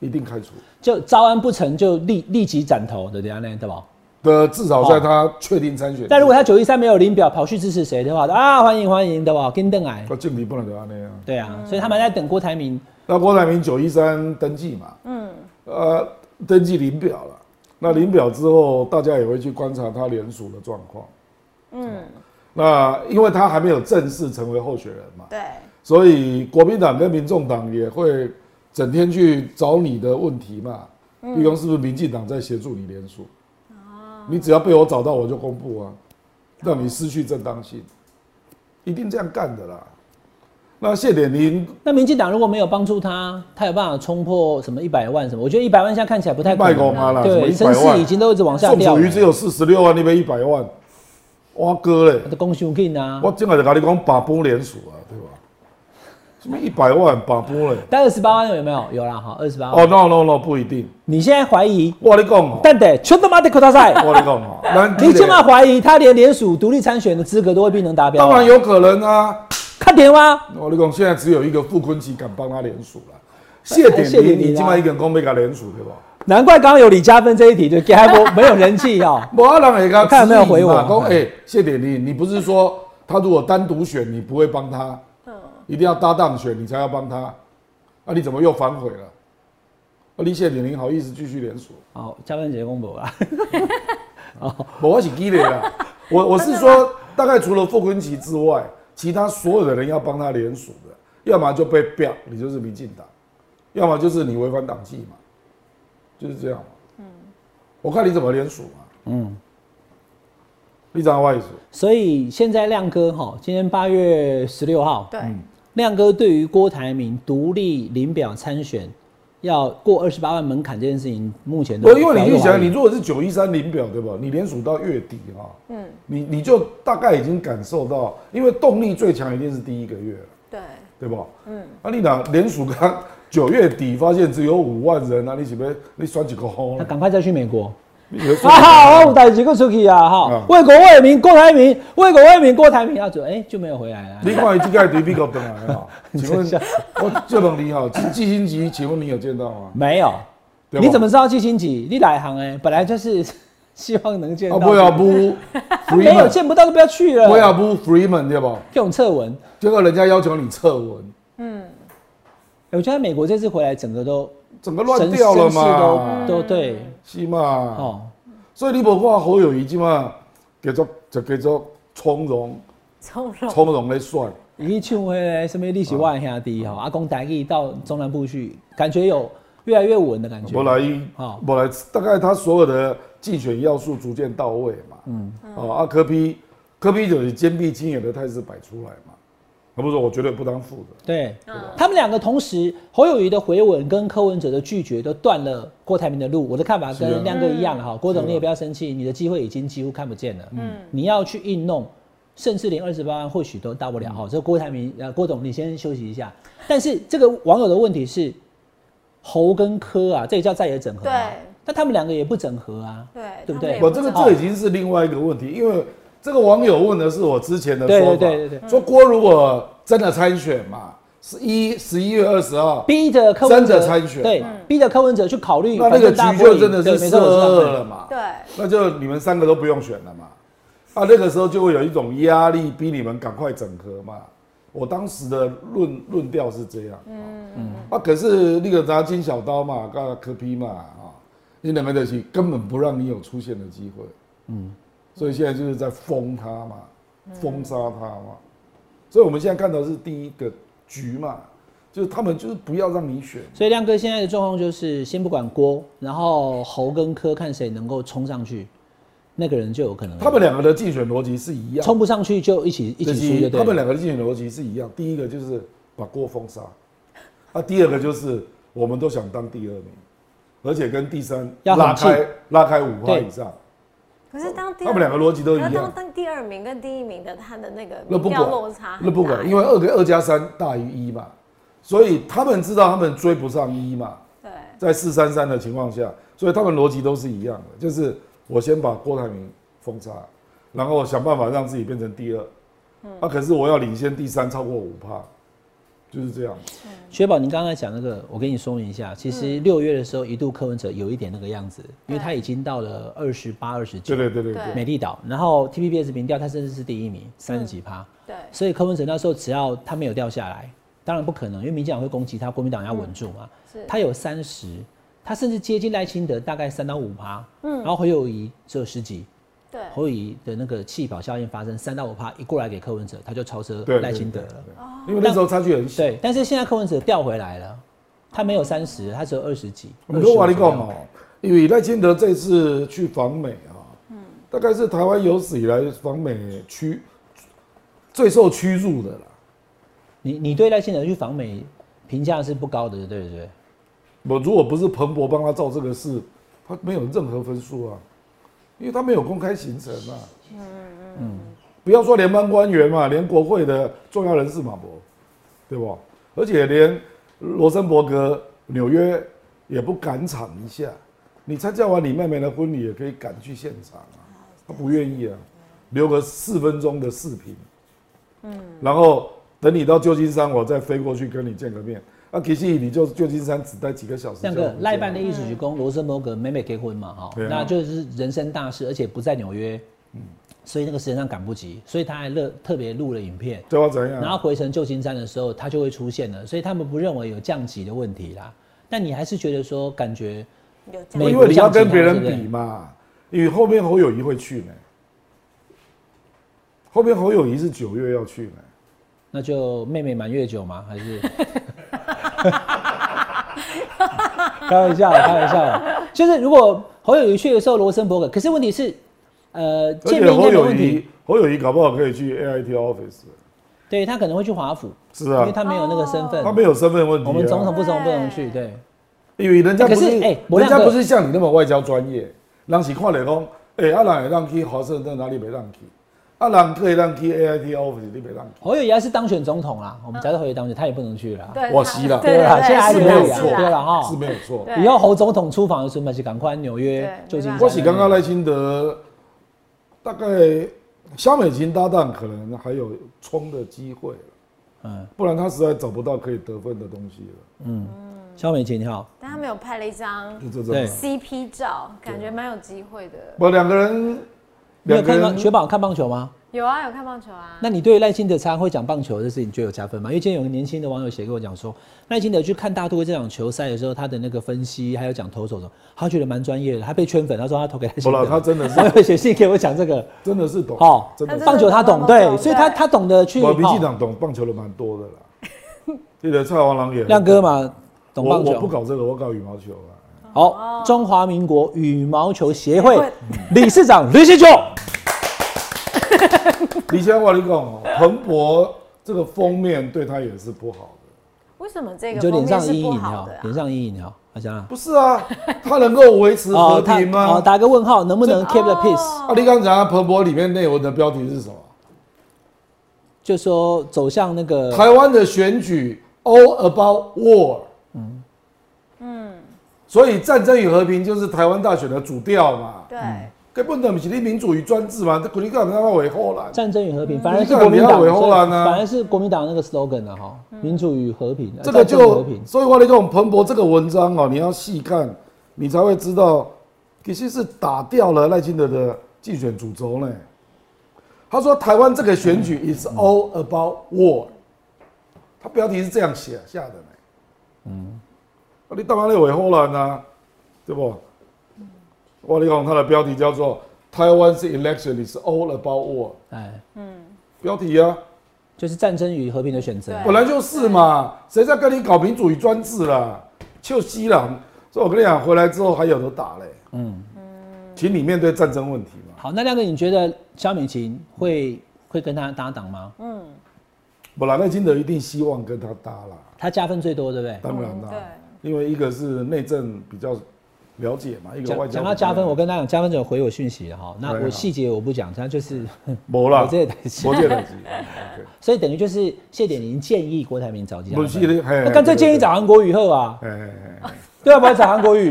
[SPEAKER 3] 一定开除
[SPEAKER 2] 就招安不成就立立即斩头的，等下那对吧？
[SPEAKER 3] 的，至少在他确定参选。
[SPEAKER 2] 哦但如果他九一三没有领表跑去支持谁的话，啊欢迎欢迎对吧？跟邓矮，
[SPEAKER 3] 他哦敬礼不能留他那样。
[SPEAKER 2] 对啊，所以他们在等郭台铭。
[SPEAKER 3] 那郭台铭九一三登记嘛，嗯，呃，登记领表了。那领表之后，大家也会去观察他联署的状况。嗯，那因为他还没有正式成为候选人嘛，
[SPEAKER 4] 对，
[SPEAKER 3] 所以国民党跟民众党也会整天去找你的问题嘛，比如是不是民进党在协助你联署？你只要被我找到，我就公布啊，让你失去正当性，一定这样干的啦。那谢点林
[SPEAKER 2] 那民进党如果没有帮助他，他有办法冲破什么一百万什么？我觉得一百万现在看起来不太可
[SPEAKER 3] 卖公
[SPEAKER 2] 能。
[SPEAKER 3] 啊啦，什么
[SPEAKER 2] 对，
[SPEAKER 3] 一
[SPEAKER 2] 声
[SPEAKER 3] 百
[SPEAKER 2] 势
[SPEAKER 3] 万
[SPEAKER 2] 已，经都一直往下
[SPEAKER 3] 宋
[SPEAKER 2] 掉
[SPEAKER 3] 楚瑜只
[SPEAKER 2] 了。
[SPEAKER 3] 有四十六万，你被一百万，哇哥嘞！
[SPEAKER 2] 的公雄 King 啊
[SPEAKER 3] 我，今晚就跟你讲，把波联署啊，对吧？什么一百万把波嘞？
[SPEAKER 2] 但二十八万有没有？有啦，哈，二十八万。
[SPEAKER 3] 哦，no no no，不一定。
[SPEAKER 2] 你现在怀疑？
[SPEAKER 3] 我跟你讲哦，
[SPEAKER 2] 但得全他妈的扣他赛，
[SPEAKER 3] 我跟你讲哦，咱
[SPEAKER 2] 你
[SPEAKER 3] 这
[SPEAKER 2] 起
[SPEAKER 3] 个
[SPEAKER 2] 码怀疑他连联署独立参选的资格都未必能达标啊。
[SPEAKER 3] 当然有可能啊！
[SPEAKER 2] 看点吗？
[SPEAKER 3] 我跟你讲，现在只有一个傅昆奇敢帮他联署了。谢点
[SPEAKER 2] 谢点
[SPEAKER 3] 名，
[SPEAKER 2] 名啊
[SPEAKER 3] 你今晚一个人讲要他联署对吧？
[SPEAKER 2] 难怪刚刚有李嘉芬这一题，就给还没没有人气哦。
[SPEAKER 3] 我要让人家
[SPEAKER 2] 看有没有回我
[SPEAKER 3] 讲哎，谢点名，你不是说他如果单独选，你不会帮他，
[SPEAKER 2] 嗯
[SPEAKER 3] 一定要搭档选，你才要帮他。啊，你怎么又反悔了？啊，你谢点名好意思继续联署？
[SPEAKER 2] 好，哦嘉芬姐公布啊啦。
[SPEAKER 3] 我我是激烈啦，我我是说，大概除了傅昆奇之外，其他所有的人要帮他联署的，要么就被表，你就是民进党；要么就是你违反党纪嘛，就是这样嘛。我看你怎么联署嘛。嗯，你怎样外署？
[SPEAKER 2] 所以现在亮哥哈，今天八月十六号，
[SPEAKER 4] 对，
[SPEAKER 3] 嗯
[SPEAKER 2] 亮哥对于郭台铭独立领表参选要过二十八万门槛这件事情，目前都
[SPEAKER 3] 我因为你
[SPEAKER 2] 表
[SPEAKER 3] 去
[SPEAKER 2] 示
[SPEAKER 3] 想，
[SPEAKER 2] 怀
[SPEAKER 3] 你
[SPEAKER 2] 疑
[SPEAKER 3] 如果是九一三零表对吧？你联署到月底哈、嗯，你你就大概已经感受到，因为动力最强一定是第一个月了。
[SPEAKER 4] 对，
[SPEAKER 3] 对吧？嗯，啊，你哪联署刚九月底发现只有五万人啊，你是不是你选几个红
[SPEAKER 2] 他？赶快再去美国。
[SPEAKER 3] 你是不是
[SPEAKER 2] 啊哈， 我有代志个出去啊哈
[SPEAKER 3] 嗯，
[SPEAKER 2] 为国为民，郭台铭，为国为民，郭台铭啊，就哎、就没有回来了。
[SPEAKER 3] 你看伊这个对比个本来 啊，请问我这问你哈， 季季星吉，请问你有见到吗？
[SPEAKER 2] 没有，
[SPEAKER 3] 对吧
[SPEAKER 2] 你怎么知道季星吉？你哪一行哎、本来就是 希望能见到。
[SPEAKER 3] 啊，不要不
[SPEAKER 2] 他没有
[SPEAKER 3] ，Freeman，
[SPEAKER 2] 见不到就不要去了。
[SPEAKER 3] 不啊要不 Freeman 对吧？
[SPEAKER 2] 这种测文，
[SPEAKER 3] 结果人家要求你测文，
[SPEAKER 2] 哎我觉得美国这次回来整个都
[SPEAKER 3] 整个乱掉
[SPEAKER 2] 神
[SPEAKER 3] 了
[SPEAKER 2] 事
[SPEAKER 3] 嘛，
[SPEAKER 2] 都都对
[SPEAKER 3] 是嘛？
[SPEAKER 2] 哦。
[SPEAKER 3] 所以你无看侯友谊即嘛，叫做就叫做从容
[SPEAKER 4] 从
[SPEAKER 2] 哦
[SPEAKER 4] 容。
[SPEAKER 3] 从容的选。
[SPEAKER 2] 伊去唱回来，身边利息万下低哈，阿公带去到中南部去，感觉有越来越稳的感觉。
[SPEAKER 3] 我来
[SPEAKER 2] 好，
[SPEAKER 3] 我来，大概他所有的竞选要素逐渐到位嘛。嗯，哦，啊，科比，科比就是坚壁清野的态势摆出来嘛。他不是说我绝对不当副的，
[SPEAKER 2] 对，
[SPEAKER 4] 嗯
[SPEAKER 2] 他们两个同时，侯友谊的回吻跟柯文哲的拒绝都断了郭台铭的路。我的看法
[SPEAKER 3] 是啊
[SPEAKER 2] 跟亮哥一样了哈，郭总你也不要生气，你的机会已经几乎看不见了。嗯，你要去硬弄，甚至连二十八万或许都到不了
[SPEAKER 4] 嗯
[SPEAKER 2] 哈。这郭台铭呃，郭总你先休息一下。但是这个网友的问题是，侯跟柯啊，这也叫在野整合、啊。
[SPEAKER 4] 对，
[SPEAKER 2] 但他们两个也不整合啊。
[SPEAKER 4] 对
[SPEAKER 2] 对不
[SPEAKER 4] 他们
[SPEAKER 2] 对
[SPEAKER 4] 也？
[SPEAKER 3] 我这个
[SPEAKER 2] 好
[SPEAKER 3] 这已经是另外一个问题，因为这个网友问的是我之前的
[SPEAKER 2] 对
[SPEAKER 3] 说法，
[SPEAKER 2] 对对对对
[SPEAKER 3] 说郭如果真的参选嘛，十一十一月二十号，
[SPEAKER 2] 逼着柯文
[SPEAKER 3] 真
[SPEAKER 2] 哲
[SPEAKER 3] 的参选
[SPEAKER 2] 对
[SPEAKER 3] 嘛，
[SPEAKER 2] 逼着柯文哲去考虑。
[SPEAKER 3] 那那个
[SPEAKER 2] 反正大
[SPEAKER 3] 局
[SPEAKER 2] 家不
[SPEAKER 3] 就
[SPEAKER 2] 会
[SPEAKER 3] 真的
[SPEAKER 2] 对
[SPEAKER 3] 是
[SPEAKER 2] 没
[SPEAKER 3] 四
[SPEAKER 2] 错我
[SPEAKER 3] 二
[SPEAKER 2] 知道
[SPEAKER 3] 了嘛。
[SPEAKER 4] 对，
[SPEAKER 3] 那就你们三个都不用选了嘛。啊，那个时候就会有一种压力，逼你们赶快整合嘛。我当时的论论调是这样，嗯嗯，啊，可是那个拿金小刀嘛，跟科批嘛，啊，你两个东西根本不让你有出现的机会，嗯，所以现在就是在封他嘛，封杀他嘛。所以我们现在看到的是第一个局嘛，就是他们就是不要让你选。
[SPEAKER 2] 所以亮哥现在的状况就是，先不管郭，然后侯跟柯看谁能够冲上去，那个人就有可能。
[SPEAKER 3] 他们两个的竞选逻辑是一样，
[SPEAKER 2] 冲不上去就一起一起输，就对了。
[SPEAKER 3] 他们两个的竞选逻辑是一样。第一个就是把郭封杀，啊，第二个就是我们都想当第二名，而且跟第三
[SPEAKER 2] 要很
[SPEAKER 3] 拉
[SPEAKER 2] 近
[SPEAKER 3] 开拉开五趴
[SPEAKER 2] 对
[SPEAKER 3] 以上，
[SPEAKER 4] 可是当第
[SPEAKER 3] 他们两个逻辑都一
[SPEAKER 4] 可是当
[SPEAKER 3] 样。
[SPEAKER 4] 当第二名跟第一名的他的那个
[SPEAKER 3] 那不
[SPEAKER 4] 民
[SPEAKER 3] 管
[SPEAKER 4] 调落差很大，
[SPEAKER 3] 那不管，因为二跟二加三大于一嘛，所以他们知道他们追不上一嘛，
[SPEAKER 4] 对
[SPEAKER 3] 在四三三的情况下，所以他们逻辑都是一样的，就是我先把郭台铭封杀，然后想办法让自己变成第二，啊，可是我要领先第三超过五趴，就是这样。
[SPEAKER 2] 薛宝，您刚才讲那个，我跟你说明一下，其实六月的时候，一度柯文哲有一点那个样子，因为他已经到了二十八、二十
[SPEAKER 3] 对
[SPEAKER 2] 九，
[SPEAKER 3] 对对对
[SPEAKER 4] 对
[SPEAKER 2] 美丽岛，然后 TPBS 民调他甚至是第一名，三十几趴，
[SPEAKER 4] 对
[SPEAKER 2] 所以柯文哲那时候只要他没有掉下来，当然不可能，因为民进党会攻击他，国民党要稳住嘛，
[SPEAKER 4] 是
[SPEAKER 2] 他有三十，他甚至接近赖清德大概三到五趴，嗯，然后侯友谊只有十几，
[SPEAKER 4] 对
[SPEAKER 2] 侯友谊的那个气跑效应发生，三到五趴一过来给柯文哲，他就超车
[SPEAKER 3] 对，
[SPEAKER 2] 赖
[SPEAKER 3] 对
[SPEAKER 2] 清德了。，
[SPEAKER 3] 对对因为那时候差距很小。
[SPEAKER 2] 对，但是现在柯文哲调回来了，他没有三十，他只有二十几。
[SPEAKER 3] 我们都瓦力
[SPEAKER 2] 25左
[SPEAKER 3] 告
[SPEAKER 2] 右
[SPEAKER 3] 嘛，哦因为赖清德这次去访美啊，大概是台湾有史以来访美区最受屈辱的啦。
[SPEAKER 2] 你你对赖清德去访美评价是不高的，对不对？
[SPEAKER 3] 我如果不是彭博帮他造这个事，他没有任何分数啊，因为他没有公开行程啊。嗯不要说联邦官员嘛，连国会的重要人士马博，对不？而且连罗森伯格纽约也不赶场一下，你参加完你妹妹的婚礼也可以赶去现场啊，他不愿意啊，留个四分钟的视频，然后等你到旧金山，我再飞过去跟你见个面。啊，其实你就旧金山只待几个小时就
[SPEAKER 2] 那
[SPEAKER 3] 回家了。
[SPEAKER 2] 个赖办的一举一动，罗森伯格每每结婚嘛，哈、
[SPEAKER 3] 对啊嗯
[SPEAKER 2] 那就是人生大事，而且不在纽约，所以那个时间上赶不及，所以他还乐特别录了影片。
[SPEAKER 3] 对我怎样？
[SPEAKER 2] 然后回程旧金山的时候，它就会出现了，所以他们不认为有降级的问题啦。但你还是觉得说，感觉
[SPEAKER 4] 有这
[SPEAKER 2] 美
[SPEAKER 4] 样
[SPEAKER 2] 国
[SPEAKER 3] 因为你要跟别人
[SPEAKER 2] 降级
[SPEAKER 3] 比
[SPEAKER 2] 啊
[SPEAKER 3] 嘛，因为后面侯友谊会去呢，后面侯友谊是九月要去呢，
[SPEAKER 2] 那就妹妹满月酒吗？还 是？开玩笑，开玩笑。就是如果侯友谊去的时候，罗森伯格，可是问题是，呃，
[SPEAKER 3] 而
[SPEAKER 2] 见
[SPEAKER 3] 且
[SPEAKER 2] 面应
[SPEAKER 3] 侯
[SPEAKER 2] 该没
[SPEAKER 3] 友
[SPEAKER 2] 问题
[SPEAKER 3] 谊。，侯友谊搞不好可以去 AIT office，
[SPEAKER 2] 对他可能会去华府，
[SPEAKER 3] 是
[SPEAKER 2] 因
[SPEAKER 3] 啊
[SPEAKER 2] 为，他没有那个身份。
[SPEAKER 3] 他没有身份问题、啊。
[SPEAKER 2] 我们总统不总不能
[SPEAKER 4] 对
[SPEAKER 2] 去，对。
[SPEAKER 3] 因为人家不是，
[SPEAKER 2] 欸可是欸我
[SPEAKER 3] 人
[SPEAKER 2] 亮
[SPEAKER 3] 家
[SPEAKER 2] 哥
[SPEAKER 3] 不是像你那么外交专业，人是看来讲，哎、欸，啊人会让去华盛顿哪里没让去，啊人可以让去 AIT office 你没让去，
[SPEAKER 2] 侯友谊要是当选总统啦，我们假设侯友宜当选，他也不能去啦。
[SPEAKER 4] 嗯对
[SPEAKER 3] 我
[SPEAKER 4] 他
[SPEAKER 3] 吸了
[SPEAKER 4] 对
[SPEAKER 2] 对啦，
[SPEAKER 4] 对
[SPEAKER 2] 现在还
[SPEAKER 4] 是
[SPEAKER 2] 是
[SPEAKER 3] 没
[SPEAKER 2] 可
[SPEAKER 3] 有
[SPEAKER 2] 以啊，
[SPEAKER 4] 啦
[SPEAKER 3] 错
[SPEAKER 2] 对了哈
[SPEAKER 3] 是。没有错。
[SPEAKER 4] 对
[SPEAKER 2] 以后侯总统出访的时候，我们就赶快纽约
[SPEAKER 4] 对、
[SPEAKER 2] 旧金山。
[SPEAKER 4] 没办法
[SPEAKER 3] 我是刚刚赖清德，大概肖美琴搭档可能还有冲的机会了，
[SPEAKER 2] 嗯，
[SPEAKER 3] 不然他实在找不到可以得分的东西了，
[SPEAKER 2] 肖美琴你好，
[SPEAKER 4] 但他们有拍了一张
[SPEAKER 2] 嗯
[SPEAKER 3] 就这种
[SPEAKER 2] 对。
[SPEAKER 4] CP 照，感觉蛮有机会的。
[SPEAKER 3] 我两个人，
[SPEAKER 2] 你有
[SPEAKER 3] 两个
[SPEAKER 2] 看棒
[SPEAKER 3] 人
[SPEAKER 2] 雪宝看棒球吗？
[SPEAKER 4] 有啊，有看棒球啊。
[SPEAKER 2] 那你对赖清德常常会讲棒球这事情，你觉得有加分吗？因为今天有个年轻的网友写给我讲说，赖清德去看大都会这场球赛的时候，他的那个分析还有讲投手的，他觉得蛮专业的，他被圈粉，他说他投给赖
[SPEAKER 3] 不
[SPEAKER 2] 清
[SPEAKER 3] 了，他
[SPEAKER 2] 德。
[SPEAKER 3] 真的 是
[SPEAKER 2] 网友写信给我讲这个，
[SPEAKER 3] 真的是懂，
[SPEAKER 2] 哦
[SPEAKER 3] 真的是
[SPEAKER 4] 他真的
[SPEAKER 2] 棒球他懂，
[SPEAKER 4] 懂懂
[SPEAKER 2] 对，
[SPEAKER 4] 懂
[SPEAKER 2] 所以他
[SPEAKER 4] 对
[SPEAKER 2] 他懂得去。
[SPEAKER 3] 我民进
[SPEAKER 2] 哦
[SPEAKER 3] 党懂棒球的蛮多的啦， 记得蔡黄狼也
[SPEAKER 2] 亮哥，嘛，懂
[SPEAKER 3] 我
[SPEAKER 2] 棒
[SPEAKER 3] 我
[SPEAKER 2] 球。
[SPEAKER 3] 不搞这个，我搞羽毛球啊。
[SPEAKER 2] 好，中华民国羽毛球协会
[SPEAKER 4] 哦协会
[SPEAKER 2] 理事长吕锡九，
[SPEAKER 3] 李先我跟你讲哦，彭博这个封面对他也是不好的，
[SPEAKER 4] 为什么这
[SPEAKER 2] 你
[SPEAKER 4] 个
[SPEAKER 2] 就
[SPEAKER 4] 封
[SPEAKER 2] 脸
[SPEAKER 4] 面
[SPEAKER 2] 上
[SPEAKER 4] 是
[SPEAKER 2] 阴
[SPEAKER 4] 不
[SPEAKER 2] 影
[SPEAKER 4] 好
[SPEAKER 2] 哈
[SPEAKER 4] 的，啊
[SPEAKER 2] 脸？上阴影哈，阿翔啊。
[SPEAKER 3] 不是啊，他能够维持和平吗？
[SPEAKER 2] 哦，打个问号，能不能 keep the
[SPEAKER 4] 哦
[SPEAKER 2] peace？、
[SPEAKER 3] 啊，你刚才彭博里面内文的标题是什么？
[SPEAKER 2] 就说走向那个
[SPEAKER 3] 台湾的选举 all about war。嗯嗯，所以战争与和平就是台湾大选的主调嘛。
[SPEAKER 4] 对，
[SPEAKER 2] 嗯
[SPEAKER 3] 根本就不是你民主与专制嘛，这国民党他妈维护啦。
[SPEAKER 2] 战争与和
[SPEAKER 4] 嗯
[SPEAKER 2] 平，反而
[SPEAKER 3] 你
[SPEAKER 2] 是
[SPEAKER 3] 看
[SPEAKER 2] 国民
[SPEAKER 3] 你要
[SPEAKER 2] 党
[SPEAKER 3] 维护
[SPEAKER 2] 所
[SPEAKER 3] 啊啦
[SPEAKER 2] 以
[SPEAKER 3] 呢
[SPEAKER 2] 反而是国民党那个 slogan 啊，哈，
[SPEAKER 4] 嗯
[SPEAKER 2] 民主与和平，
[SPEAKER 3] 呃
[SPEAKER 2] 呃
[SPEAKER 3] 这个
[SPEAKER 2] 战争与和
[SPEAKER 3] 就
[SPEAKER 2] 平，
[SPEAKER 3] 所以我跟你讲，彭博这个文章哦，你要细看，你才会知道，其实是打掉了赖清德的竞选主轴呢。他说台湾这个选
[SPEAKER 2] 嗯
[SPEAKER 3] 举 is all about war，他标题是这样写下的呢。嗯，啊、你当然要维护人啊，对不？我跟你讲，他的标题叫做《 Taiwan's election is all about war，
[SPEAKER 2] 哎，
[SPEAKER 3] 标题啊，
[SPEAKER 2] 就是战争与和平的选择。
[SPEAKER 4] 对
[SPEAKER 3] 本来就是嘛，谁在跟你搞民主与专制啦？就西朗，所以我跟你讲，回来之后还有的打嘞。嗯，请你面对战争问题嘛。
[SPEAKER 2] 好，那亮哥，你觉得萧美琴会会跟他搭档吗？
[SPEAKER 3] 本来赖清德一定希望跟他搭啦，
[SPEAKER 2] 他加分最多，对不对？
[SPEAKER 3] 当然啦
[SPEAKER 4] 嗯，
[SPEAKER 3] 因为一个是内政比较了解嘛，一个外
[SPEAKER 2] 讲
[SPEAKER 3] 交
[SPEAKER 2] 讲到加分，我
[SPEAKER 3] 跟
[SPEAKER 2] 跟他讲，加分者有回我讯息了哈。那
[SPEAKER 3] 对啊
[SPEAKER 2] 我细节我不讲，他就是
[SPEAKER 3] 没啦
[SPEAKER 2] 我，这也担心
[SPEAKER 3] 我。这等 级，
[SPEAKER 2] 所以等于就是谢点林建议郭台铭找
[SPEAKER 3] OK
[SPEAKER 2] 这
[SPEAKER 3] 不
[SPEAKER 2] 样的。
[SPEAKER 3] 是嘿
[SPEAKER 2] 那干脆建议，找韩国瑜后啊，
[SPEAKER 3] 对对对嘿嘿嘿
[SPEAKER 2] 对啊，不要找韩国瑜，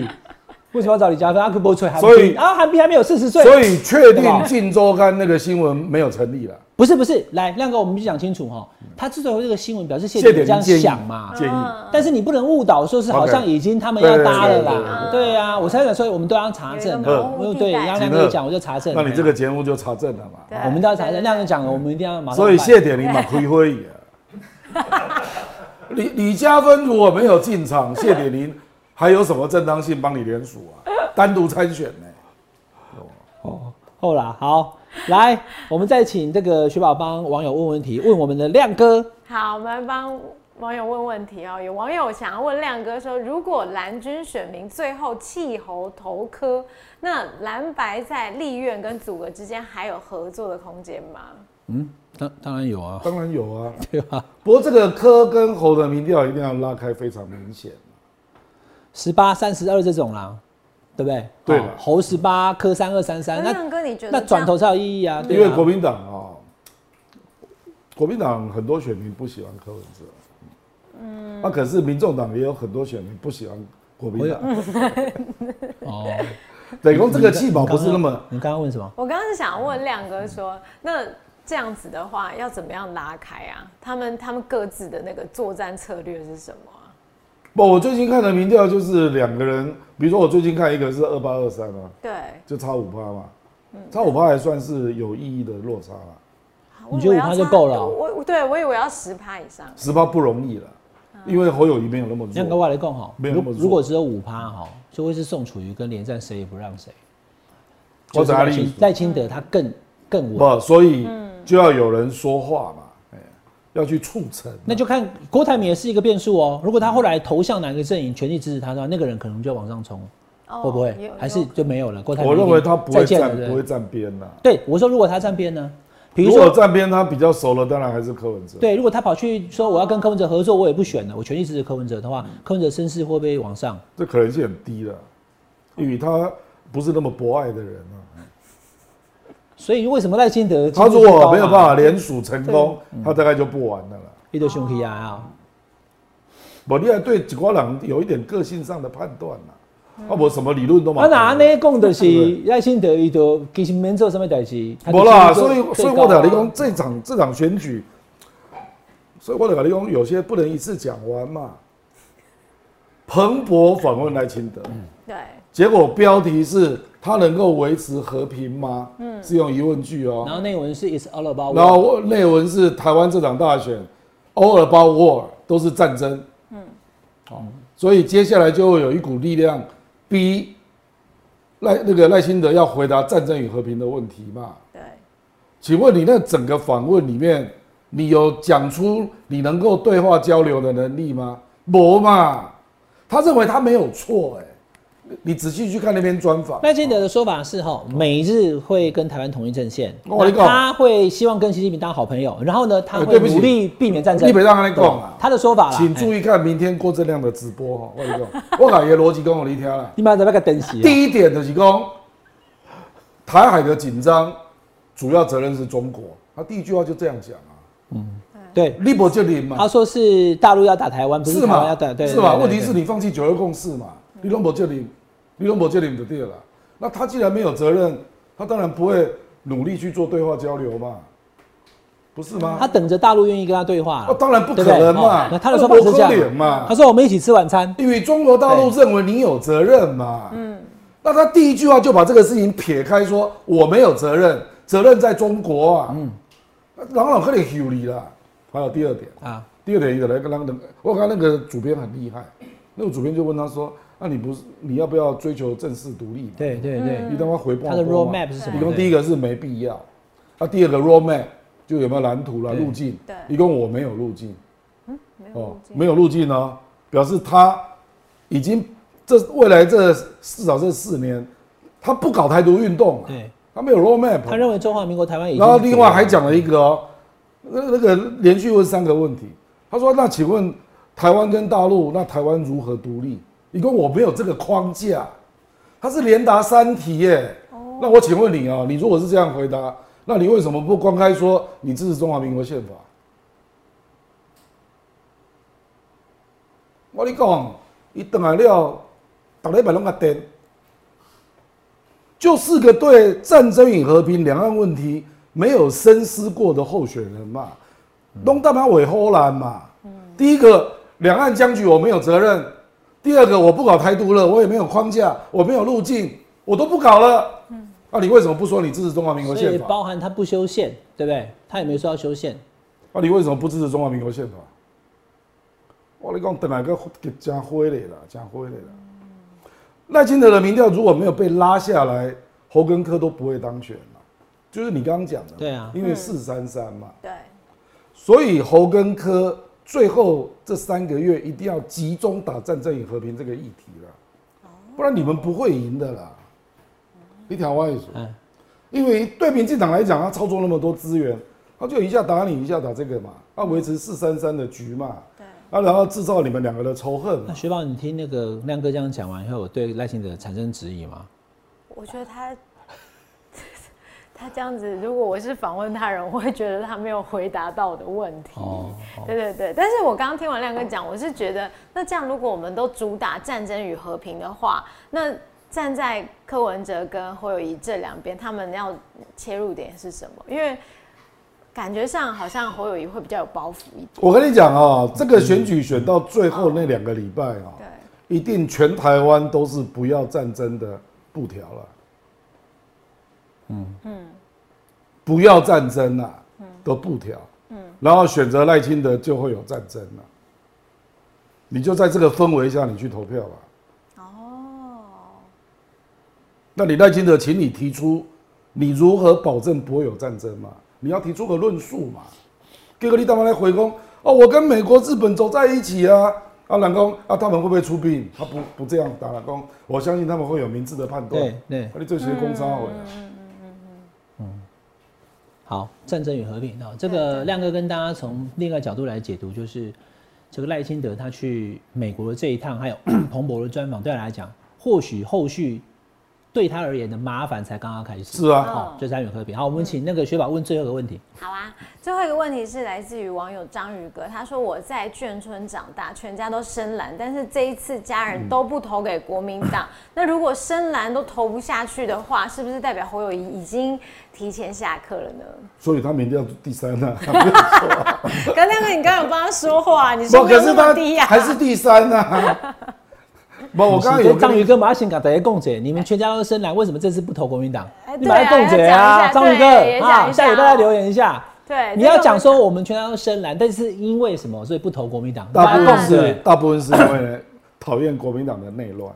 [SPEAKER 2] 为什么要找李嘉芬？阿克伯吹韩
[SPEAKER 3] 所以
[SPEAKER 2] 冰啊，韩冰还没有四十岁，
[SPEAKER 3] 所以确
[SPEAKER 2] 对
[SPEAKER 3] 定
[SPEAKER 2] 吧
[SPEAKER 3] 《晋周刊》那个新闻没有成立了，
[SPEAKER 2] 不是不是，来亮哥，我们就讲清楚哈。他之所以有这个新闻表示谢
[SPEAKER 3] 谢
[SPEAKER 2] 点林
[SPEAKER 3] 点
[SPEAKER 2] 这样
[SPEAKER 3] 林建议
[SPEAKER 2] 想嘛，
[SPEAKER 3] 建议
[SPEAKER 4] 嗯
[SPEAKER 2] 但是你不能误导，说是好像
[SPEAKER 3] OK
[SPEAKER 2] 已经他们要搭了啦。
[SPEAKER 3] 对对对对
[SPEAKER 2] 对啊，我才想说我们都要查证
[SPEAKER 4] 有一个
[SPEAKER 2] 啊
[SPEAKER 4] 模，糊
[SPEAKER 2] 我
[SPEAKER 4] 地带
[SPEAKER 2] 对，然后亮哥一讲我就查证。
[SPEAKER 3] 那你这个节目就查证了
[SPEAKER 4] 对
[SPEAKER 3] 嘛。
[SPEAKER 2] 我们都要查证，亮哥讲了，我们一定要马上办。
[SPEAKER 3] 所以谢点林嘛，亏灰也。 李李嘉芬如果没有进场，谢点林还有什么正当性帮你联署啊？单独参选呢、
[SPEAKER 2] 后啦，好，来，我们再请这个雪宝帮网友问问题，问我们的亮哥。
[SPEAKER 4] 好，我们帮网友问问题哦。有网友想要问亮哥说，如果蓝军选民最后弃猴投科，那蓝白在立院跟组阁之间还有合作的空间吗？
[SPEAKER 2] 嗯，当当然有啊，
[SPEAKER 3] 当然有啊，
[SPEAKER 2] 对吧？
[SPEAKER 3] 不过这个柯跟侯的民调一定要拉开，非常明显。
[SPEAKER 2] 十八、三十二这种啦，对不对？
[SPEAKER 3] 对
[SPEAKER 2] 哦
[SPEAKER 3] 啦
[SPEAKER 2] 猴十八，科三二三三，
[SPEAKER 4] 那亮
[SPEAKER 2] 呃那
[SPEAKER 4] 哥你觉得
[SPEAKER 2] 那
[SPEAKER 4] 这
[SPEAKER 2] 转
[SPEAKER 4] 样
[SPEAKER 2] 头才有意义啊，
[SPEAKER 3] 因为
[SPEAKER 2] 对啊
[SPEAKER 3] 国民党啊、哦，国民党很多选民不喜欢柯文哲，嗯，那、可是民众党也有很多选民不喜欢国民党，
[SPEAKER 2] 哦，
[SPEAKER 3] 等于说这个气保不是那么
[SPEAKER 2] 你刚刚问什么？
[SPEAKER 4] 我刚刚是想问亮哥说，那这样子的话要怎么样拉开啊？他们他们各自的那个作战策略是什么啊？
[SPEAKER 3] 不。我最近看的民调就是两个人，比如说我最近看一个是二八二三啊，
[SPEAKER 4] 对，
[SPEAKER 3] 就差五趴嘛，差五趴还算是有意义的落差了，
[SPEAKER 2] 你觉得
[SPEAKER 4] 我以为要
[SPEAKER 2] 5%就
[SPEAKER 4] 差
[SPEAKER 2] 够了哦
[SPEAKER 4] 我我对我以为要十趴以上。
[SPEAKER 3] 十趴不容易了，因为侯友谊没有那么
[SPEAKER 2] 亮哥
[SPEAKER 3] 弱，
[SPEAKER 2] 外来共哈，
[SPEAKER 3] 没有那么
[SPEAKER 2] 如
[SPEAKER 3] 弱
[SPEAKER 2] 如果只有五趴哈，就会是宋楚瑜跟连战谁也不让谁。
[SPEAKER 3] 我
[SPEAKER 2] 就是
[SPEAKER 3] 打
[SPEAKER 2] 赖
[SPEAKER 3] 你
[SPEAKER 2] 清赖清德他更更稳，
[SPEAKER 3] 不，所以就要有人说话嘛，哎要去促成嘛。
[SPEAKER 2] 那就看郭台铭也是一个变数哦。如果他后来投向哪个阵营，全力支持他的话，那个人可能就往上冲，
[SPEAKER 4] 哦
[SPEAKER 2] 会不会
[SPEAKER 4] 有？
[SPEAKER 2] 还是就没有了？郭台铭
[SPEAKER 3] 我认为他不会
[SPEAKER 2] 再见了
[SPEAKER 3] 站，
[SPEAKER 2] 对
[SPEAKER 3] 不
[SPEAKER 2] 不
[SPEAKER 3] 会
[SPEAKER 2] 对
[SPEAKER 3] 站边呐、
[SPEAKER 2] 对，我说如果他站边呢？比
[SPEAKER 3] 如
[SPEAKER 2] 如
[SPEAKER 3] 果
[SPEAKER 2] 说，
[SPEAKER 3] 站边他比较熟了，当然还是柯文哲。
[SPEAKER 2] 对，如果他跑去说我要跟柯文哲合作，我也不选了，我全力支持柯文哲的
[SPEAKER 3] 嗯
[SPEAKER 2] 话，柯文哲声势会不会往上？
[SPEAKER 3] 这可能性很低了，因为他不是那么博爱的人啊。
[SPEAKER 2] 所以为什么赖清德
[SPEAKER 3] 他如
[SPEAKER 2] 哦
[SPEAKER 3] 果没有办法
[SPEAKER 2] 啊
[SPEAKER 3] 联署成功，他大概就不玩了啦。
[SPEAKER 2] 一对兄弟啊，
[SPEAKER 3] 我你还对几个人有一点个性上的判断啦，啊，我什么理论都嘛
[SPEAKER 2] 啊嗯那安尼讲 就是赖清德伊就其实免做什么代志，他就
[SPEAKER 3] 无啦，
[SPEAKER 2] 是做
[SPEAKER 3] 所以所以
[SPEAKER 2] 最高
[SPEAKER 3] 我
[SPEAKER 2] 啊
[SPEAKER 3] 跟你讲，这场这场选举，所以我跟你讲，有些不能一次讲完嘛。彭博访问赖清德，
[SPEAKER 2] 嗯
[SPEAKER 4] 对，
[SPEAKER 3] 结果标题是“他能够维持和平吗？”
[SPEAKER 2] 嗯
[SPEAKER 3] 是用疑问句
[SPEAKER 2] 然
[SPEAKER 3] 哦。
[SPEAKER 2] 后内文是 is all about，
[SPEAKER 3] 然
[SPEAKER 2] war
[SPEAKER 3] 后内文是台湾这场大选，all about war 都是战争。嗯，好，所以接下来就会有一股力量逼赖那个赖清德要回答战争与和平的问题嘛？
[SPEAKER 4] 对，
[SPEAKER 3] 请问你那整个访问里面，你有讲出你能够对话交流的能力吗？没嘛，他认为他没有错哎、你你仔细去看那篇专访，
[SPEAKER 2] 赖清德的说法是哈，美日会跟台湾统一阵线，
[SPEAKER 3] 哦我跟你
[SPEAKER 2] 那
[SPEAKER 3] 讲
[SPEAKER 2] 他会希望跟习近平当好朋友，然后呢，他
[SPEAKER 3] 哎
[SPEAKER 2] 会
[SPEAKER 3] 对不起
[SPEAKER 2] 努力避免战争。
[SPEAKER 3] 你别让他讲啊
[SPEAKER 2] 对他的说法啦，
[SPEAKER 3] 请注
[SPEAKER 2] 意，
[SPEAKER 3] 意看明天郭正亮的直播哈，我跟你讲，我感觉逻辑跟我离天了。
[SPEAKER 2] 你妈在那个等息啊。
[SPEAKER 3] 第一点就是讲，台海的紧张，主要责任是中国。他第一句话就这样讲啊，
[SPEAKER 2] 对，
[SPEAKER 3] 立博就领嘛
[SPEAKER 2] 他，说是大陆要打台湾，不是
[SPEAKER 3] 是
[SPEAKER 2] 台湾要
[SPEAKER 3] 嘛
[SPEAKER 2] 打，对，
[SPEAKER 3] 是
[SPEAKER 2] 对
[SPEAKER 3] 嘛？
[SPEAKER 2] 对
[SPEAKER 3] 问题
[SPEAKER 2] 对
[SPEAKER 3] 是你放弃九二共识嘛，你都没就领，你都没就领就对了。那他既然没有责任，他当然不会努力去做对话交流嘛，不是吗？
[SPEAKER 2] 他等着大陆愿意跟他对话
[SPEAKER 3] 啊，。当然不
[SPEAKER 2] 对
[SPEAKER 3] 可
[SPEAKER 2] 不对
[SPEAKER 3] 能嘛
[SPEAKER 2] 哦。那他的说法是这
[SPEAKER 3] 他不可能
[SPEAKER 2] 样
[SPEAKER 3] 嘛
[SPEAKER 2] 他说我们一起吃晚餐，
[SPEAKER 3] 因为中国大陆认为你有责任嘛，嗯，那他第一句话就把这个事情撇开说，我没有责任，责任在中国啊，嗯，朗朗克里有理啦。还有第二点，
[SPEAKER 2] 啊，
[SPEAKER 3] 第二点有来跟他们，我看那个主编很厉害，那个主编就问他说：“啊，那你不是你要不要追求正式独立嘛？
[SPEAKER 2] 对对对，
[SPEAKER 3] 你他妈回报
[SPEAKER 2] 它的
[SPEAKER 3] 过吗
[SPEAKER 2] roadmap 是什么
[SPEAKER 3] 一共
[SPEAKER 2] 对
[SPEAKER 3] 第一个是没必要，那第二个 roadmap 就有没有蓝图啦、
[SPEAKER 2] 对
[SPEAKER 3] 路径？
[SPEAKER 4] 对嗯
[SPEAKER 3] 一共我没有路径
[SPEAKER 4] 没有
[SPEAKER 3] 哦
[SPEAKER 4] 路，径
[SPEAKER 3] 没有路径呢，表示他已经这未来这至少这四年，他不搞台独运动啊，
[SPEAKER 2] 对，
[SPEAKER 3] 他没有 roadmap 啊。
[SPEAKER 2] 他认为中华民国台湾已经
[SPEAKER 3] 然后另外还讲了一个哦，那那个连续问三个问题，他说：“那请问台湾跟大陆，那台湾如何独立？”你跟我没有这个框架，他是连答三题耶。那我请问你啊、你如果是这样回答，那你为什么不公开说你支持中华民国宪法？我跟你讲，一等来了，打了一百弄个灯。就是个对战争与和平、两岸问题没有深思过的候选人嘛，弄大马尾后兰嘛。第一个，两岸僵局我没有责任；第二个，我不搞台独了，我也没有框架，我没有路径，我都不搞了。嗯，啊，你为什么不说你支持中华民国
[SPEAKER 2] 所
[SPEAKER 3] 宪
[SPEAKER 2] 以
[SPEAKER 3] 法？
[SPEAKER 2] 包含他不修宪，对不对？他也没说要修宪，
[SPEAKER 3] 啊，你为什么不支持中华民国宪法？我跟你讲，等来个加灰嘞啦，加灰嘞啦。赖清德的民调如果没有被拉下来，侯跟柯都不会当选嘛，就是你刚刚讲的嘛，
[SPEAKER 2] 对啊
[SPEAKER 3] 因为四三三嘛，
[SPEAKER 4] 对，
[SPEAKER 3] 所以侯跟柯最后这三个月一定要集中打战争与和平这个议题了，不然你们不会赢的啦。你听我意思，
[SPEAKER 2] 嗯，
[SPEAKER 3] 因为对民进党来讲，他操作那么多资源，他就一下打你，一下打这个嘛，他维持四三三的局嘛，
[SPEAKER 4] 对，
[SPEAKER 3] 啊，然后制造你们两个的仇恨
[SPEAKER 2] 那
[SPEAKER 3] 嘛。
[SPEAKER 2] 学宝，你听那个亮哥这样讲完以后，有对赖清德产生质疑吗？
[SPEAKER 4] 我觉得他他这样子，如果我是访问他人，我会觉得他没有回答到我的问题。
[SPEAKER 2] 哦，
[SPEAKER 4] 对对对，但是我刚刚听完亮哥讲，我是觉得，那这样如果我们都主打战争与和平的话，那站在柯文哲跟侯友谊这两边，他们要切入点是什么？因为感觉上好像侯友谊会比较有包袱一点。
[SPEAKER 3] 我跟你讲哦，这个选举选到最后那两个礼拜哦，
[SPEAKER 4] 对，
[SPEAKER 3] 一定全台湾都是不要战争的布条了。嗯嗯，不要战争啊的布条。嗯，然后选择赖清德就会有战争了、你就在这个氛围下你去投票吧。
[SPEAKER 4] 哦，
[SPEAKER 3] 那你赖清德，请你提出你如何保证不会有战争嘛？你要提出个论述嘛？结果你当然来回攻哦，我跟美国、日本走在一起啊。啊，老公啊，他们会不会出兵？他不不这样打，老公，我相信他们会有明智的判断。
[SPEAKER 2] 对对
[SPEAKER 3] 啊，你这些公差回
[SPEAKER 4] 嗯
[SPEAKER 3] 来，
[SPEAKER 2] 好，战争与和平啊、这个亮哥跟大家从另一个角度来解读，就是这个赖清德他去美国的这一趟，还有 彭博的专访，对他来讲，或许后续对他而言的麻烦才刚刚开始。
[SPEAKER 3] 是啊，
[SPEAKER 4] 哦
[SPEAKER 2] 好，就战与和平。好，我们请那个学宝问最后一个问题。
[SPEAKER 4] 好啊，最后一个问题是来自于网友章鱼哥，他说我在眷村长大，全家都深蓝，但是这一次家人都不投给国民党。 那如果深蓝都投不下去的话，是不是代表侯友谊已经提前下课了呢？
[SPEAKER 3] 所以他明天要第三 啊。
[SPEAKER 4] 刚亮哥，你刚刚有帮他说话，你
[SPEAKER 3] 不，
[SPEAKER 4] 说没
[SPEAKER 3] 可
[SPEAKER 4] 有
[SPEAKER 3] 是
[SPEAKER 4] 那么
[SPEAKER 3] 他
[SPEAKER 4] 低呀、
[SPEAKER 3] 还是第三啊。 不，我刚刚有
[SPEAKER 2] 跟章
[SPEAKER 3] 跟
[SPEAKER 2] 鱼
[SPEAKER 3] 你
[SPEAKER 2] 哥马先讲，大家共解，你们全家都深蓝，为什么这次不投国民党
[SPEAKER 4] 哎？
[SPEAKER 2] 你把它共解啊，
[SPEAKER 4] 对
[SPEAKER 2] 章
[SPEAKER 4] 啊
[SPEAKER 2] 鱼
[SPEAKER 4] 要讲
[SPEAKER 2] 哥
[SPEAKER 4] 一下对也讲一下哦
[SPEAKER 2] 下礼拜再留言一下。
[SPEAKER 4] 对，
[SPEAKER 2] 你
[SPEAKER 4] 哎这个
[SPEAKER 2] 要
[SPEAKER 4] 我
[SPEAKER 2] 讲说我们全家都深蓝，但是因为什么，所以不投国民党？大家
[SPEAKER 3] 大部分
[SPEAKER 2] 共
[SPEAKER 3] 是
[SPEAKER 2] 解。
[SPEAKER 3] 大部分是因为讨厌国民党的内乱，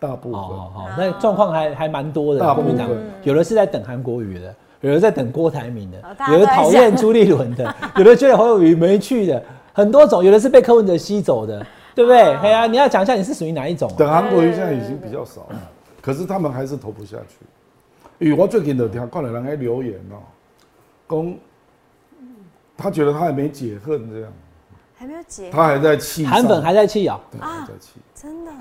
[SPEAKER 3] 大部
[SPEAKER 2] 哦
[SPEAKER 3] 分。
[SPEAKER 2] 哦
[SPEAKER 4] 啊
[SPEAKER 2] 哦，那状况还还蛮多的。
[SPEAKER 3] 大
[SPEAKER 2] 国
[SPEAKER 3] 部分
[SPEAKER 2] 民党
[SPEAKER 4] 嗯
[SPEAKER 2] 有的是在等韩国瑜的，有的在等郭台铭的
[SPEAKER 4] 哦大，家
[SPEAKER 2] 有
[SPEAKER 4] 都
[SPEAKER 2] 的
[SPEAKER 4] 在
[SPEAKER 2] 讨
[SPEAKER 4] 想
[SPEAKER 2] 厌朱立伦的， 有的觉得侯友宜没趣的，很多种。有的是被柯文哲吸走的，对不
[SPEAKER 4] 哦
[SPEAKER 2] 对？哎呀，你要讲一下你是属于哪一种啊？
[SPEAKER 3] 等韩国瑜现在已经比较少了，可是他们还是投不下去。因为我最近的听看了人家留言哦、公他觉得他还没解恨这样，
[SPEAKER 4] 还没有解，
[SPEAKER 3] 他还在气上，
[SPEAKER 2] 韩粉还在气啊。
[SPEAKER 3] 对还在气。
[SPEAKER 4] 真的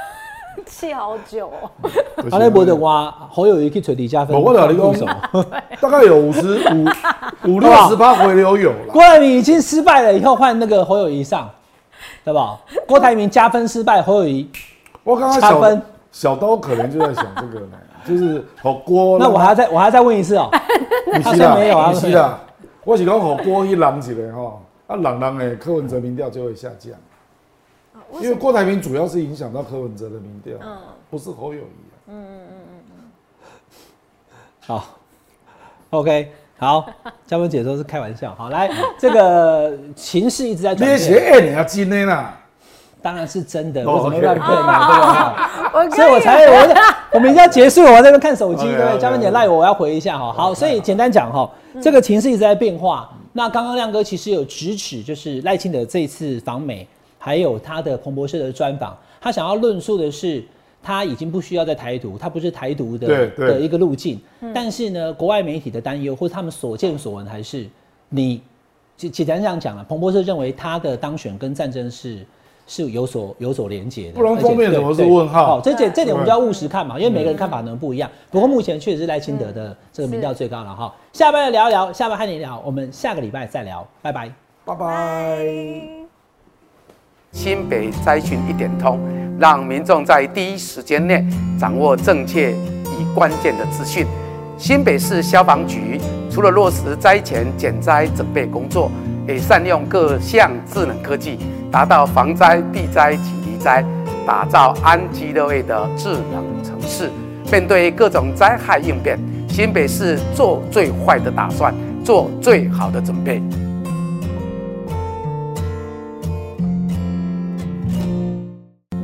[SPEAKER 4] 气好久、哦。
[SPEAKER 3] 就是
[SPEAKER 2] 阿拉伯的话，侯友谊去找李嘉芬，
[SPEAKER 3] 我跟你
[SPEAKER 2] 手
[SPEAKER 3] 讲，大概有五十五 五六十八回流有了。
[SPEAKER 2] 郭台铭已经失败了，以后换那个侯友谊上，对吧？郭台铭加分失败，侯友谊，
[SPEAKER 3] 我刚刚
[SPEAKER 2] 差
[SPEAKER 3] 小
[SPEAKER 2] 分
[SPEAKER 3] 小刀可能就在想这个呢，就是火锅。
[SPEAKER 2] 那我还要再我还要再问一次 哦、
[SPEAKER 3] 不
[SPEAKER 2] 他
[SPEAKER 3] 是
[SPEAKER 2] 说
[SPEAKER 3] 啦，
[SPEAKER 2] 没有啊
[SPEAKER 3] 不是啦，我是讲火锅一人一个吼，啊人人的柯文哲民调就会下降。因为郭台铭主要是影响到柯文哲的民调，不是侯友谊、啊。
[SPEAKER 2] 好，OK，好，嘉芬姐说是开玩笑。好，来，这个情势一直在转
[SPEAKER 3] 你
[SPEAKER 2] 变，
[SPEAKER 3] 写二年啊，真的啦，
[SPEAKER 2] 当然是真的，
[SPEAKER 3] 哦
[SPEAKER 2] 我怎么乱
[SPEAKER 3] OK
[SPEAKER 2] 骗啊？对吧？
[SPEAKER 4] 我
[SPEAKER 2] 所以我才我在我们一定要结束了，我在那边看手机，对
[SPEAKER 3] OK，OK，OK
[SPEAKER 2] 不对？嘉文姐赖我，我要回一下哈。好，所以简单讲哈，这个情势一直在变化。那刚刚亮哥其实有直指，就是赖清德这一次访美，还有他的彭博社的专访，他想要论述的是。他已经不需要再台独，他不是台独的
[SPEAKER 3] 对对
[SPEAKER 2] 的一个路径。但是呢，国外媒体的担忧或他们所见所闻，还是你简简单这样讲了，彭博社认为他的当选跟战争是是有所有所连结的，
[SPEAKER 3] 不然
[SPEAKER 2] 而且
[SPEAKER 3] 封面
[SPEAKER 2] 对
[SPEAKER 3] 怎么是
[SPEAKER 2] 对
[SPEAKER 3] 问号
[SPEAKER 2] 哦这点这点我们就要
[SPEAKER 3] 对嗯
[SPEAKER 2] 务实看嘛，因为每个人看法可能不一样。不过目前确实是赖清德的这个民调最高了哈。下班来聊一聊，下班和你聊，我们下个礼拜再聊，拜拜。
[SPEAKER 3] 拜拜。
[SPEAKER 5] 新北灾群一点通，让民众在第一时间内掌握正确与关键的资讯。新北市消防局除了落实灾前减灾准备工作，也善用各项智能科技，达到防灾、避灾及离灾，打造安居乐业的智能城市。面对各种灾害应变，新北市做最坏的打算，做最好的准备。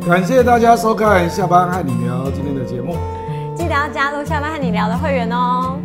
[SPEAKER 3] 感谢大家收看《下班和你聊》今天的节目。
[SPEAKER 4] 记得要加入下班和你聊的会员哦、